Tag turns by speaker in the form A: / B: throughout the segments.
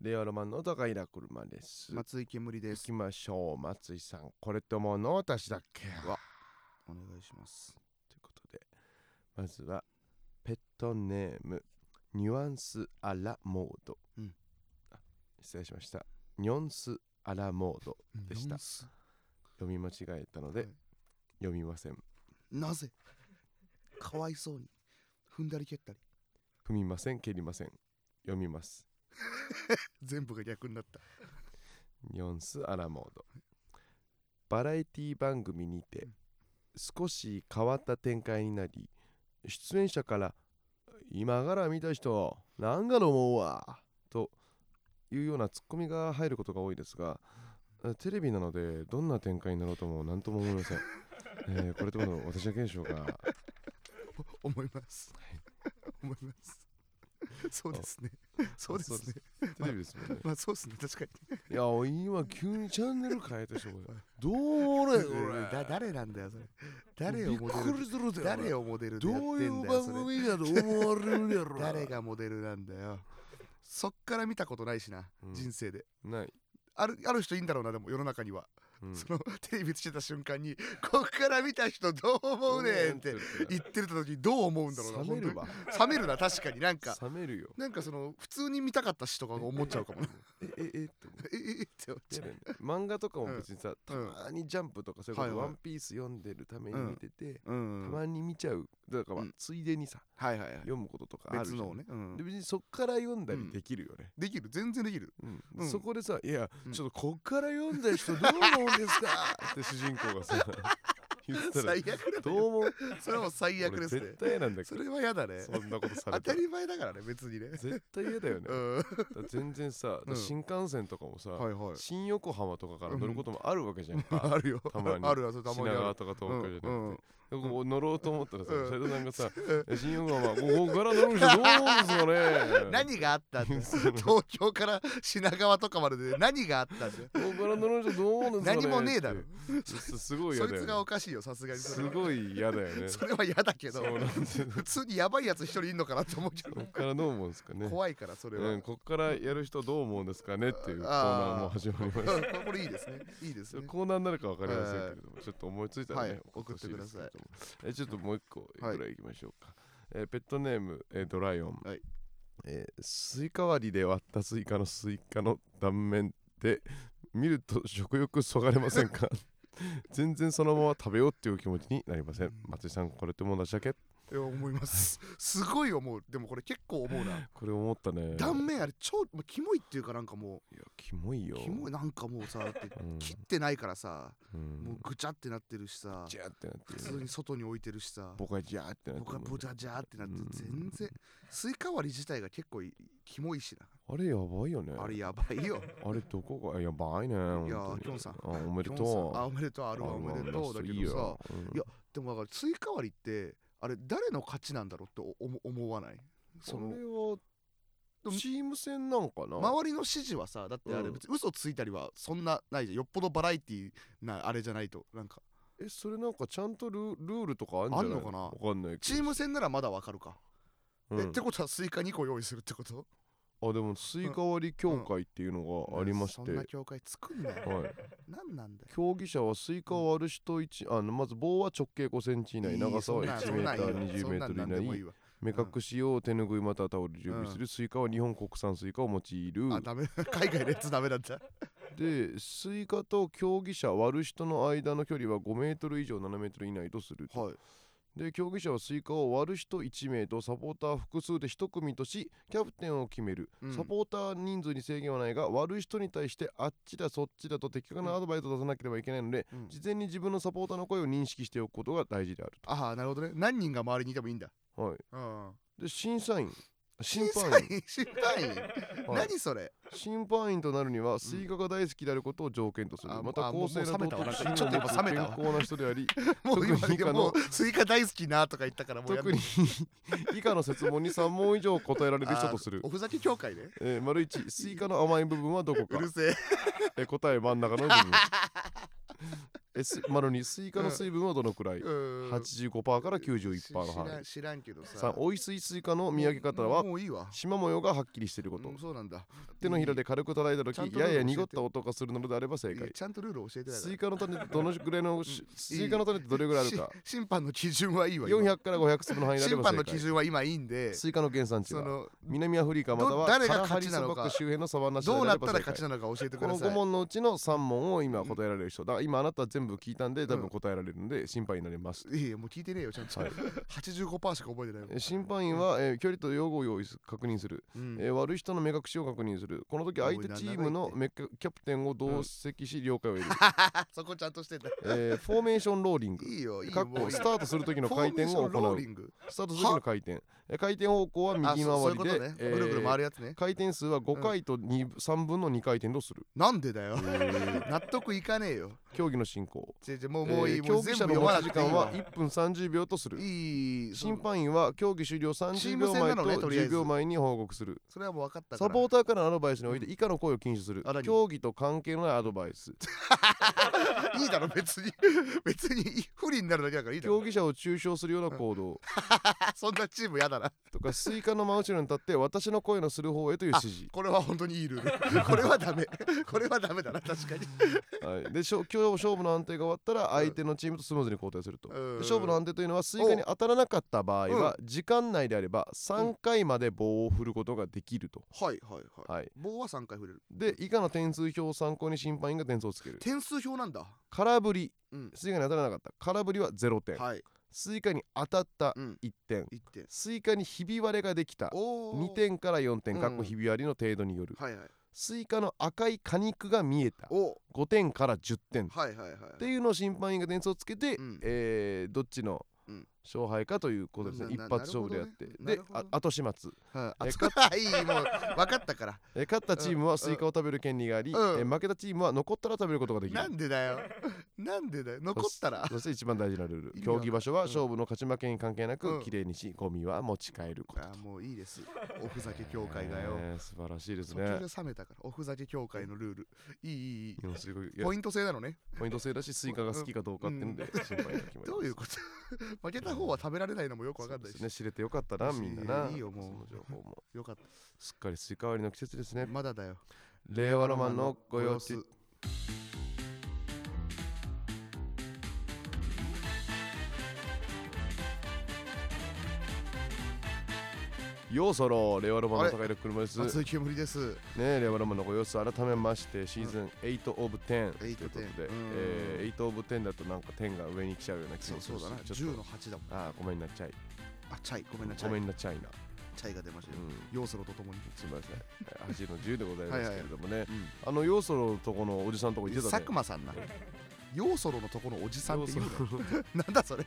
A: 令和ロマンのお互いら車です。
B: 松井煙で
A: 行
B: す
A: きましょう、松井さん。これって思うの私だっけ
B: うわお願いします
A: ということで、まずは、ペットネーム、ニュアンスアラモード。
B: うん
A: あ失礼しました。ニョンスアラモード。でした
B: ニョンス
A: 読み間違えたので、
B: はい
A: 読みません。
B: なぜかわいそうに踏んだり蹴ったり
A: 踏みません、蹴りません。読みます。
B: 全部が逆になった
A: ニョンスアラモードバラエティ番組にて
B: うん
A: 少し変わった展開になり出演者から「今から見た人何が思うわ」というようなツッコミが入ることが多いですがテレビなのでどんな展開になろうとも何とも思いません、えーこれってことは私だけでしょうか
B: お思います、思いますそうですねそうで
A: そ
B: す
A: う
B: ね
A: テレビですもんね
B: まあそうですね確かに
A: いや今急にチャンネル変えたしょどう 俺これ
B: だ誰なんだよそれ誰を
A: びっ
B: モデ
A: くり
B: ル
A: するで
B: 誰をモデルでやっ
A: どうい
B: てん
A: う
B: だよ
A: 番
B: それ
A: 組だと思われるやろ
B: 誰がモデルなんだよそっから見たことないしな、
A: うん
B: 人生で
A: ない、
B: あるある人いいんだろうなでも世の中には、
A: うん
B: その テレビつけた瞬間にこっから見た人どう思うねんって
A: 言
B: 言ってた時にどう思うんだろうな
A: 冷めるわ
B: 本当に冷めるな確かになんか
A: 冷めるよ
B: なんかその普通に見たかったしとかが思っちゃ うかも
A: えええって思っ
B: えええって思っち
A: て
B: ゃう
A: ね漫画とかも別にさ、たまにジャンプとかそういうこと、
B: はいはい
A: ワンピース読んでるために見てて、
B: うん、
A: た
B: はい
A: まに見ちゃうだからまあ、
B: うん
A: ついでにさ
B: はいはい
A: 読むこととかあるじ
B: 別
A: ゃん
B: のをね、うん
A: で別にそっから読んだりできるよね、
B: できる全然できる
A: うん
B: うん
A: そこでさ「いや、
B: うん
A: ちょっとこっから読んだ人どう思うんですか?」って主人公が さ言ったら
B: 最悪だね
A: どう思う
B: それはもう最悪
A: 俺
B: ですね
A: 絶対なんだけ
B: そ
A: ど
B: れは嫌だね
A: そんなことされ
B: 当
A: た
B: た
A: ら
B: り前だからね別にね
A: 絶対嫌だよね
B: う。ん
A: だから全然さ、だから
B: うん
A: 新幹線とかもさ、
B: はいはい
A: 新横浜とかから乗ることもあるわけじゃんか。
B: あるよ。
A: たまに
B: あるよ、それたま
A: 品
B: にあ
A: 川
B: る。
A: とか東京じゃなくて、
B: うんうん
A: でこう乗ろうと思ったらさ、
B: うん
A: 斉藤さんが さ
B: う
A: 「
B: ん
A: え新横浜ここから乗る人どうですかね
B: 何があったんだよ東京から品川とかまでで何があったんだよ
A: ここから乗る人どう思うんですかね?」
B: 何もねえだろ
A: ってすすごい
B: そ
A: 嫌
B: い
A: だ
B: つが
A: よ
B: お
A: ね
B: かしいよ、さすがにそ
A: す
B: れは。
A: ごい嫌だよね
B: それは嫌だけど
A: そう、なんですよ
B: 普通にやばいやつ一人いんのかなって思っちゃ
A: こっ
B: う。
A: からどう思うんですかね
B: 怖いから、それ
A: う
B: は
A: ん、。こっからやる人どう思うんですかねっていうコーナーも始まりました
B: うんこれいいですね。いいですね。
A: コーナーになるかわかりませんけれども、ちょっと思いついたらね、
B: はい送って
A: ほ
B: ください
A: しですけれどもえちょっともう一個
B: はい
A: ぐらい行きましょうか、えーペットネーム、えードライオン、
B: はい
A: えースイカ割りで割ったスイカのスイカの断面で見ると食欲そがれません か全然そのまま食べようっていう気持ちになりません松井さんこれってもう出しだけ
B: いや思います。すごい思う。でもこれ結構思うな。
A: これ思ったね
B: 断面あれ超、もうキモいっていうかなんかも、
A: いやキモいうよ
B: キモいなんかもうさ、だって
A: うん
B: 切ってないからさ、
A: うん
B: もうぐちゃってなってるしさ、
A: ジャーってなって
B: 普
A: る
B: 通に外に置いてるしさ。
A: 僕はジャーってなって
B: 僕
A: る
B: はブジャジャーってなって
A: うん
B: 全然スイカ割り自体が結構いキモいしな
A: あれやばいよね
B: あれやばいよ
A: あれどこがやばいね。い
B: いやーきょんさん
A: あおめでと
B: きょん
A: う。
B: さんあおめでとうあるわおめでとうだけどさ
A: さ。うん
B: いやでもだからスイカ割りってあれ誰の勝ちなんだろうってお思思わないその
A: これはチーム戦なんかな。
B: 周りの指示はさだってあれ
A: うん
B: 別に嘘ついたりはそんなないじゃんよっぽどバラエティーなあれじゃないとなんか
A: えそれなんかちゃんとルルールとかあるんじゃない
B: あんのかな
A: わかんないけ
B: チ
A: ど。
B: ーム戦ならまだわかるか、
A: うん
B: えってことはスイカ2個用意するってこと
A: あでもスイカ割り協会っていうのがありまし
B: そ
A: て。
B: ん
A: は。
B: ない教会作んなよ何なんだよ
A: 競技者はスイカを割る人一あのまず棒は直径5センチ以内長さは1メーター20メートル以内
B: 内
A: 目隠し用手ぬぐいまたはタオルで準備する、スイカは日本国産スイカを用いる
B: あダメ 海外のやつダメなんだ
A: でスイカと競技者割る人の間の距離は5メートル以上7メートル以内とすると、
B: はい
A: で競技者はスイカを割る人1名とサポーター複数で1組としキャプテンを決める、
B: うん
A: サポーター人数に制限はないが割る人に対してあっちだそっちだと的確なアドバイスを出さなければいけないので、
B: うん
A: 事前に自分のサポーターの声を認識しておくことが大事である
B: ああなるほどね何人が周りにいてもいいんだ
A: と、はい、
B: うん
A: で審査員審判員
B: 審判員
A: はい
B: 何それ
A: 審判員となるにはスイカが大好きであることを条件とする、
B: あ
A: また
B: あ
A: 公
B: もう
A: 正な
B: もう冷めたわ
A: 道徳
B: なんかちょっと今冷
A: 健
B: めたわ
A: 康な人であり
B: もう今
A: 特に以下の
B: もうスイカ大好きなとか言ったからもうやん
A: 特に 以下の説問に3問以上答えられる人とす
B: あ
A: る
B: ーお。ふざけ協会ね
A: えー、丸1スイカの甘い部分はどこ
B: う
A: か
B: る、せえ
A: えー答え真ん中の部分えすまるにスイカの水分はどのくらい、
B: 八
A: ?85% から91%の範囲
B: 知らんけどさ
A: 3美味しいスイカの見分け方
B: もう
A: は
B: もういいわ
A: 縞模様がはっきりしているこ
B: う
A: と
B: んそうなんだ
A: 手のひらで軽く叩いた
B: ちゃん
A: 時
B: とルー
A: やや
B: ル教えて
A: 濁った音がするのであれば正
B: いや
A: 解
B: ちゃんとルール教えてない
A: スイカの種ってどのくらいのしスイカの種ってどれぐらいあるか
B: 審判の基準はいいわ今
A: 400から500粒の範囲であれ
B: 審
A: ば
B: 判
A: 正
B: の基
A: 解
B: 準は今いいんで
A: スイカの原産地
B: そ
A: は
B: の
A: 南アフリカまたは
B: ど誰が
A: カラハ
B: 勝
A: リ
B: ち
A: 砂
B: なのか
A: 漠周辺のサバンナ地帯
B: どう
A: で
B: な
A: あ
B: っ
A: れば
B: たら
A: 正
B: 勝
A: 解
B: ちなのか教えてく
A: こ
B: だ
A: の
B: さ
A: 5
B: い
A: 問のうちの3問を今答えられる人だから今あなたは全部聞いたんで多分答えられるんで審判員になります
B: いやいやもう聞いてねえよちゃんと、
A: はい
B: 85%しか覚えてないよ、
A: え審判員は、えー距離と用語を用意す確認する、
B: うん
A: えー悪い人の目隠しを確認するこの時
B: おい
A: 相手チームのメカキャプテンを同席し了解を得る、
B: そこちゃんとしてた
A: えーフォーメーションローリング
B: い いよいい
A: か
B: よ
A: っ
B: も
A: こ
B: ういい
A: スタートする時の回転を
B: フォーメーションロ
A: 行
B: ー
A: う
B: リング
A: スタートする時の回転えー回転方向は右
B: あ
A: 回
B: そうそういう
A: り
B: こと
A: で
B: ね
A: えー
B: ぐるぐる回るやつね
A: 回転数は5回と2 3分の2回転とする、
B: なんでだよ 納得いかねえよ
A: 競技の進行
B: じゃじゃもうもういい、
A: えー
B: も
A: 競
B: う
A: 技
B: 全
A: 者の
B: 部読
A: 持
B: まな
A: ち時
B: くていい
A: 間
B: わ
A: は1分30秒とする
B: いいそ
A: 審判員は競技終了
B: チー
A: 30
B: ム
A: 秒
B: 戦
A: 前
B: な
A: と
B: のねとりあえず
A: 10秒前に報告する
B: それはもう分かったか
A: サ
B: ら
A: ポーターからのアドバイスにおいて
B: う
A: 以下の声を禁止する
B: あ何
A: 競技と関係のないアドバイ ス
B: いいだろ別に 別に不利になるだけだからいいだろ
A: 競技者を中傷するような行動
B: あそんなチームやだな
A: とかスイカの真後ろに立って私の声のする方へという指示
B: これは本当にいいルー ルこれはダメこれはダメだな確かに
A: はい、でしょ 今日勝負の安定が終わったら相手のチームとスムーズに交代すると、
B: うん
A: で勝負の安定というのはスイカに当たらなかった場合は時間内であれば3回まで棒を振ることができると、
B: はいはいはい
A: はい、
B: 棒は3回振れる
A: で以下の点数表を参考に審判員が点数をつける
B: 点数表なんだ
A: 空振り
B: うん
A: スイカに当たらなかった空振りは0点、
B: はい
A: スイカに当たった
B: うん
A: 1点
B: 1点
A: スイカにひび割れができた
B: おお
A: 2点から4点
B: うん
A: かっこひび割りの程度による、
B: はいはい
A: スイカの赤い果肉が見えた
B: おー
A: 5点から10点
B: はいはいはい
A: っていうのを審判員が点数をつけて、
B: うん
A: えーどっちの
B: うん
A: 勝敗かということですね、
B: な
A: 一
B: な
A: 発勝負でやって、
B: な
A: で
B: るほどね
A: あ後始末
B: はい
A: え
B: あそ ういいもう分かった から
A: えー勝ったチームはスイカを食べる権利があり、
B: うん
A: えー負けたチームは残ったら食べることができる
B: なんでだよなんでだよ残ったら
A: そして一番大事なルー
B: 意
A: ル
B: 味わ
A: 競
B: かん
A: 技場所は
B: うん
A: 勝負の勝ち負けに関係な
B: う
A: く
B: ん
A: きれいにしゴミは持ち帰ること
B: あもういいですおふざけ協会がよ
A: ねえ素晴らしいです
B: 途中
A: ね
B: で冷めたからおふざけ協会のルールいいいいい
A: でもすごいい
B: い
A: や
B: ポイント制なのね
A: ポイント制だしスイカが好きかどうかっていうので心配が決まります
B: どういうこと負けた方は食べられないのもよく分かんな
A: そう
B: い
A: で
B: し、
A: すね知れてよかったなみんなない
B: いよもう
A: その情報も
B: よかっ
A: すっかりスイカ割りの季節です
B: た
A: ね
B: まだだよ
A: 令和ロマンのご様子ようそろ令和ロマンの高い車ですね
B: 松井煙です
A: 令和ロマンのご様子改めましてシーズン8オブ10ということで
B: うん
A: えー8オブ10だとなんか10が上に来ちゃうような気
B: そ
A: が
B: う
A: す
B: そ
A: る
B: うだな
A: ちょ
B: 10
A: っと
B: の8だもん
A: ああごめんなちゃい
B: あチャイごめんなチ
A: ご
B: ャ
A: め
B: イ
A: んなちゃいな
B: チャイが出まし
A: う
B: たよ、
A: ん
B: 要素のとともに、
A: すみませんえー8の10でございますけれどもね
B: うん
A: あの要素のとこのおじさんのとこ行ってた
B: 佐
A: ね
B: 久間さんな要素のとこのおじさんって言う
A: 要素
B: の なんだそれ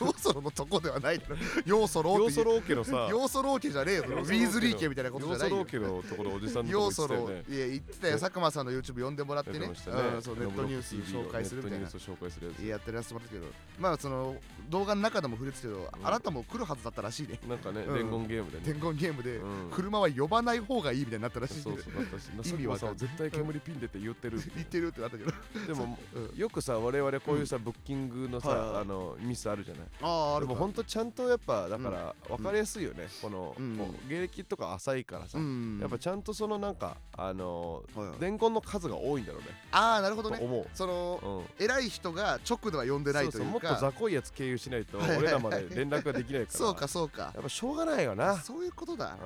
B: 要素のとこではないだろ要素ロー
A: 要
B: って
A: 素
B: 言う
A: ローケのさ
B: 要素ロー家じゃねえよウ
A: 要
B: ィ
A: 素ロー家の
B: ーズリー家みたいなことじ
A: 要
B: ゃな
A: 素
B: い
A: ロ
B: よ
A: ーケのところおじさんのとこ
B: 要
A: 行
B: 素
A: ってた
B: の
A: よね
B: いや言ってたよ
A: ね
B: 佐久間さんの YouTube 呼んでもらって
A: や
B: ね
A: ってましたね
B: うんそうネットニュース紹介するみたい
A: ネ
B: な
A: ットニュース紹介するやつ
B: やってらっしゃいますけどまあその動画の中でも触れてたけど、
A: ん
B: あなたも来るはずだったらしいね
A: なんかね、
B: うん
A: 伝言ゲームでね。
B: 伝言ゲームで、
A: うん
B: 車は呼ばない方がいいみたいになったらしい、ね、
A: そうそう、だったし、
B: 意
A: 意
B: 味
A: 味
B: わ
A: はさ
B: かんない、
A: 絶対煙ピンでって言ってる。
B: 言ってるってなったけど
A: でも、
B: うん
A: よくさ、我々こういうさ、ブッキングの
B: はいはいは
A: さ、
B: い
A: あの、ミスあるじゃない。
B: ああ
A: で
B: ある
A: も、
B: か
A: ほんとちゃんとやっぱ、だから、分かりやすいよね。この
B: うん、
A: こう芸歴とか浅いからさ
B: う、ん
A: やっぱちゃんとそのなんか、あの、
B: はいはい
A: 伝言の数が多いんだろうね。
B: ああなるほ
A: と
B: どね
A: 思う。
B: その
A: うん。
B: 偉い人が直では呼んでないと
A: そう
B: い
A: そうも
B: う
A: っと
B: か
A: 雑魚いやつ経由しないと
B: はいはいはい
A: 俺らまで連絡ができないから
B: そうかそうか
A: やっぱしょうがないよな
B: そういうことだ
A: うん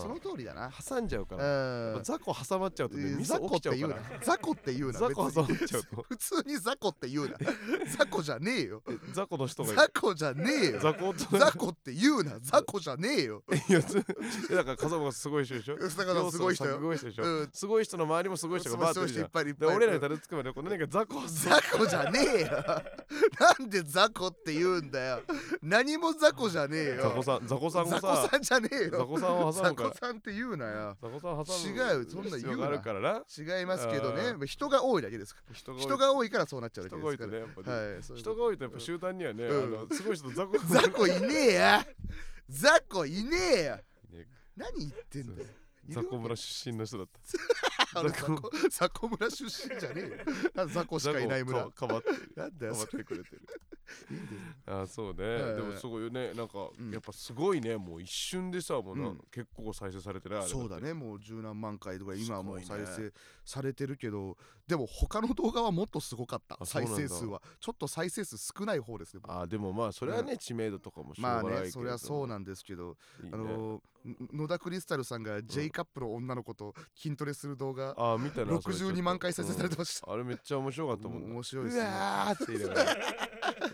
B: その通りだな
A: 挟んじゃうからやっ
B: う
A: ぱ
B: ん
A: 雑魚挟まっちゃうとねミス
B: 雑
A: 起
B: 魚
A: き
B: っ
A: ちゃ
B: て
A: う
B: 言
A: か
B: うな
A: ら
B: 雑魚っ て言うな
A: 雑魚挟ま
B: 別
A: っ
B: に
A: ちゃう と
B: 普通に雑魚って言 うな雑魚じゃねえよ
A: 雑魚の人が
B: 雑魚じゃねえよ
A: 雑魚と
B: 雑魚って言うな雑魚じゃねえよ
A: いやつ いやだから風間がすごい人でしょ
B: だからすごい人
A: す
B: よ
A: ごい人でしょ、
B: うん
A: すごい人の周りもすごい人がバーっているじ
B: 人
A: ゃ
B: い
A: ん
B: っぱいいっ
A: で
B: ぱい
A: 俺らにたどり着くまでこの何か雑魚
B: 雑魚じゃねえよ なんで雑魚って言うんだよ何も雑魚じゃねえよ
A: 雑魚さん雑魚さんを
B: 雑
A: さ
B: 魚さんじゃねえ
A: 雑
B: よ
A: 魚さんを挟
B: 雑
A: むから
B: 魚さんって言うなよ
A: 雑魚さんを挟む
B: 違うそんな
A: 必
B: 言
A: 要
B: う
A: が
B: な
A: あるからな
B: 違いますけど
A: あ
B: ね人が多いだけですから
A: 人が多い
B: 人が多いからそうなっちゃうだ
A: 人が多
B: けで
A: い
B: すか
A: と
B: ら
A: ねやっぱり、
B: はいそういう
A: 人
B: こ
A: が多いとやっぱ集団にはね、
B: うん
A: あのすごい人と 雑魚
B: と雑魚いねえや雑魚いねえや何言ってんだよいるわ
A: 雑
B: け
A: 魚村出身の人だっ
B: あれ
A: ザ
B: ザ
A: コ
B: コザコ村出身じゃねえよなんでザコしかいない村
A: ザコかかわってる
B: なんだ
A: か
B: よ
A: わっ
B: それ
A: てくれてる
B: いいんだよ
A: あーそうね、
B: はい
A: でもすごいよねなんか、
B: うん
A: やっぱすごいねもう一瞬でさもうな、
B: うん
A: 結構再生されてるあれ
B: そうだねもう十何万回とか今はもう
A: すごい
B: 再
A: ね
B: 生されてるけど、でも他の動画はもっとすごかった
A: あそう
B: 再
A: なんだ
B: 生数はちょっと再生数少ない方ですね僕
A: あーでもまあそれはね、知名度とかもしょう
B: ま
A: が
B: あ
A: ないけど
B: ねそりゃそうなんですけど
A: いいね
B: あのー野田クリスタルさんが J カップの女の子と筋トレする動画
A: あー見たなそれちょっと
B: 62万回再生されてました、
A: うんあれめっちゃ面白かったもんな
B: 面白いで
A: う
B: すね
A: わーって言いながら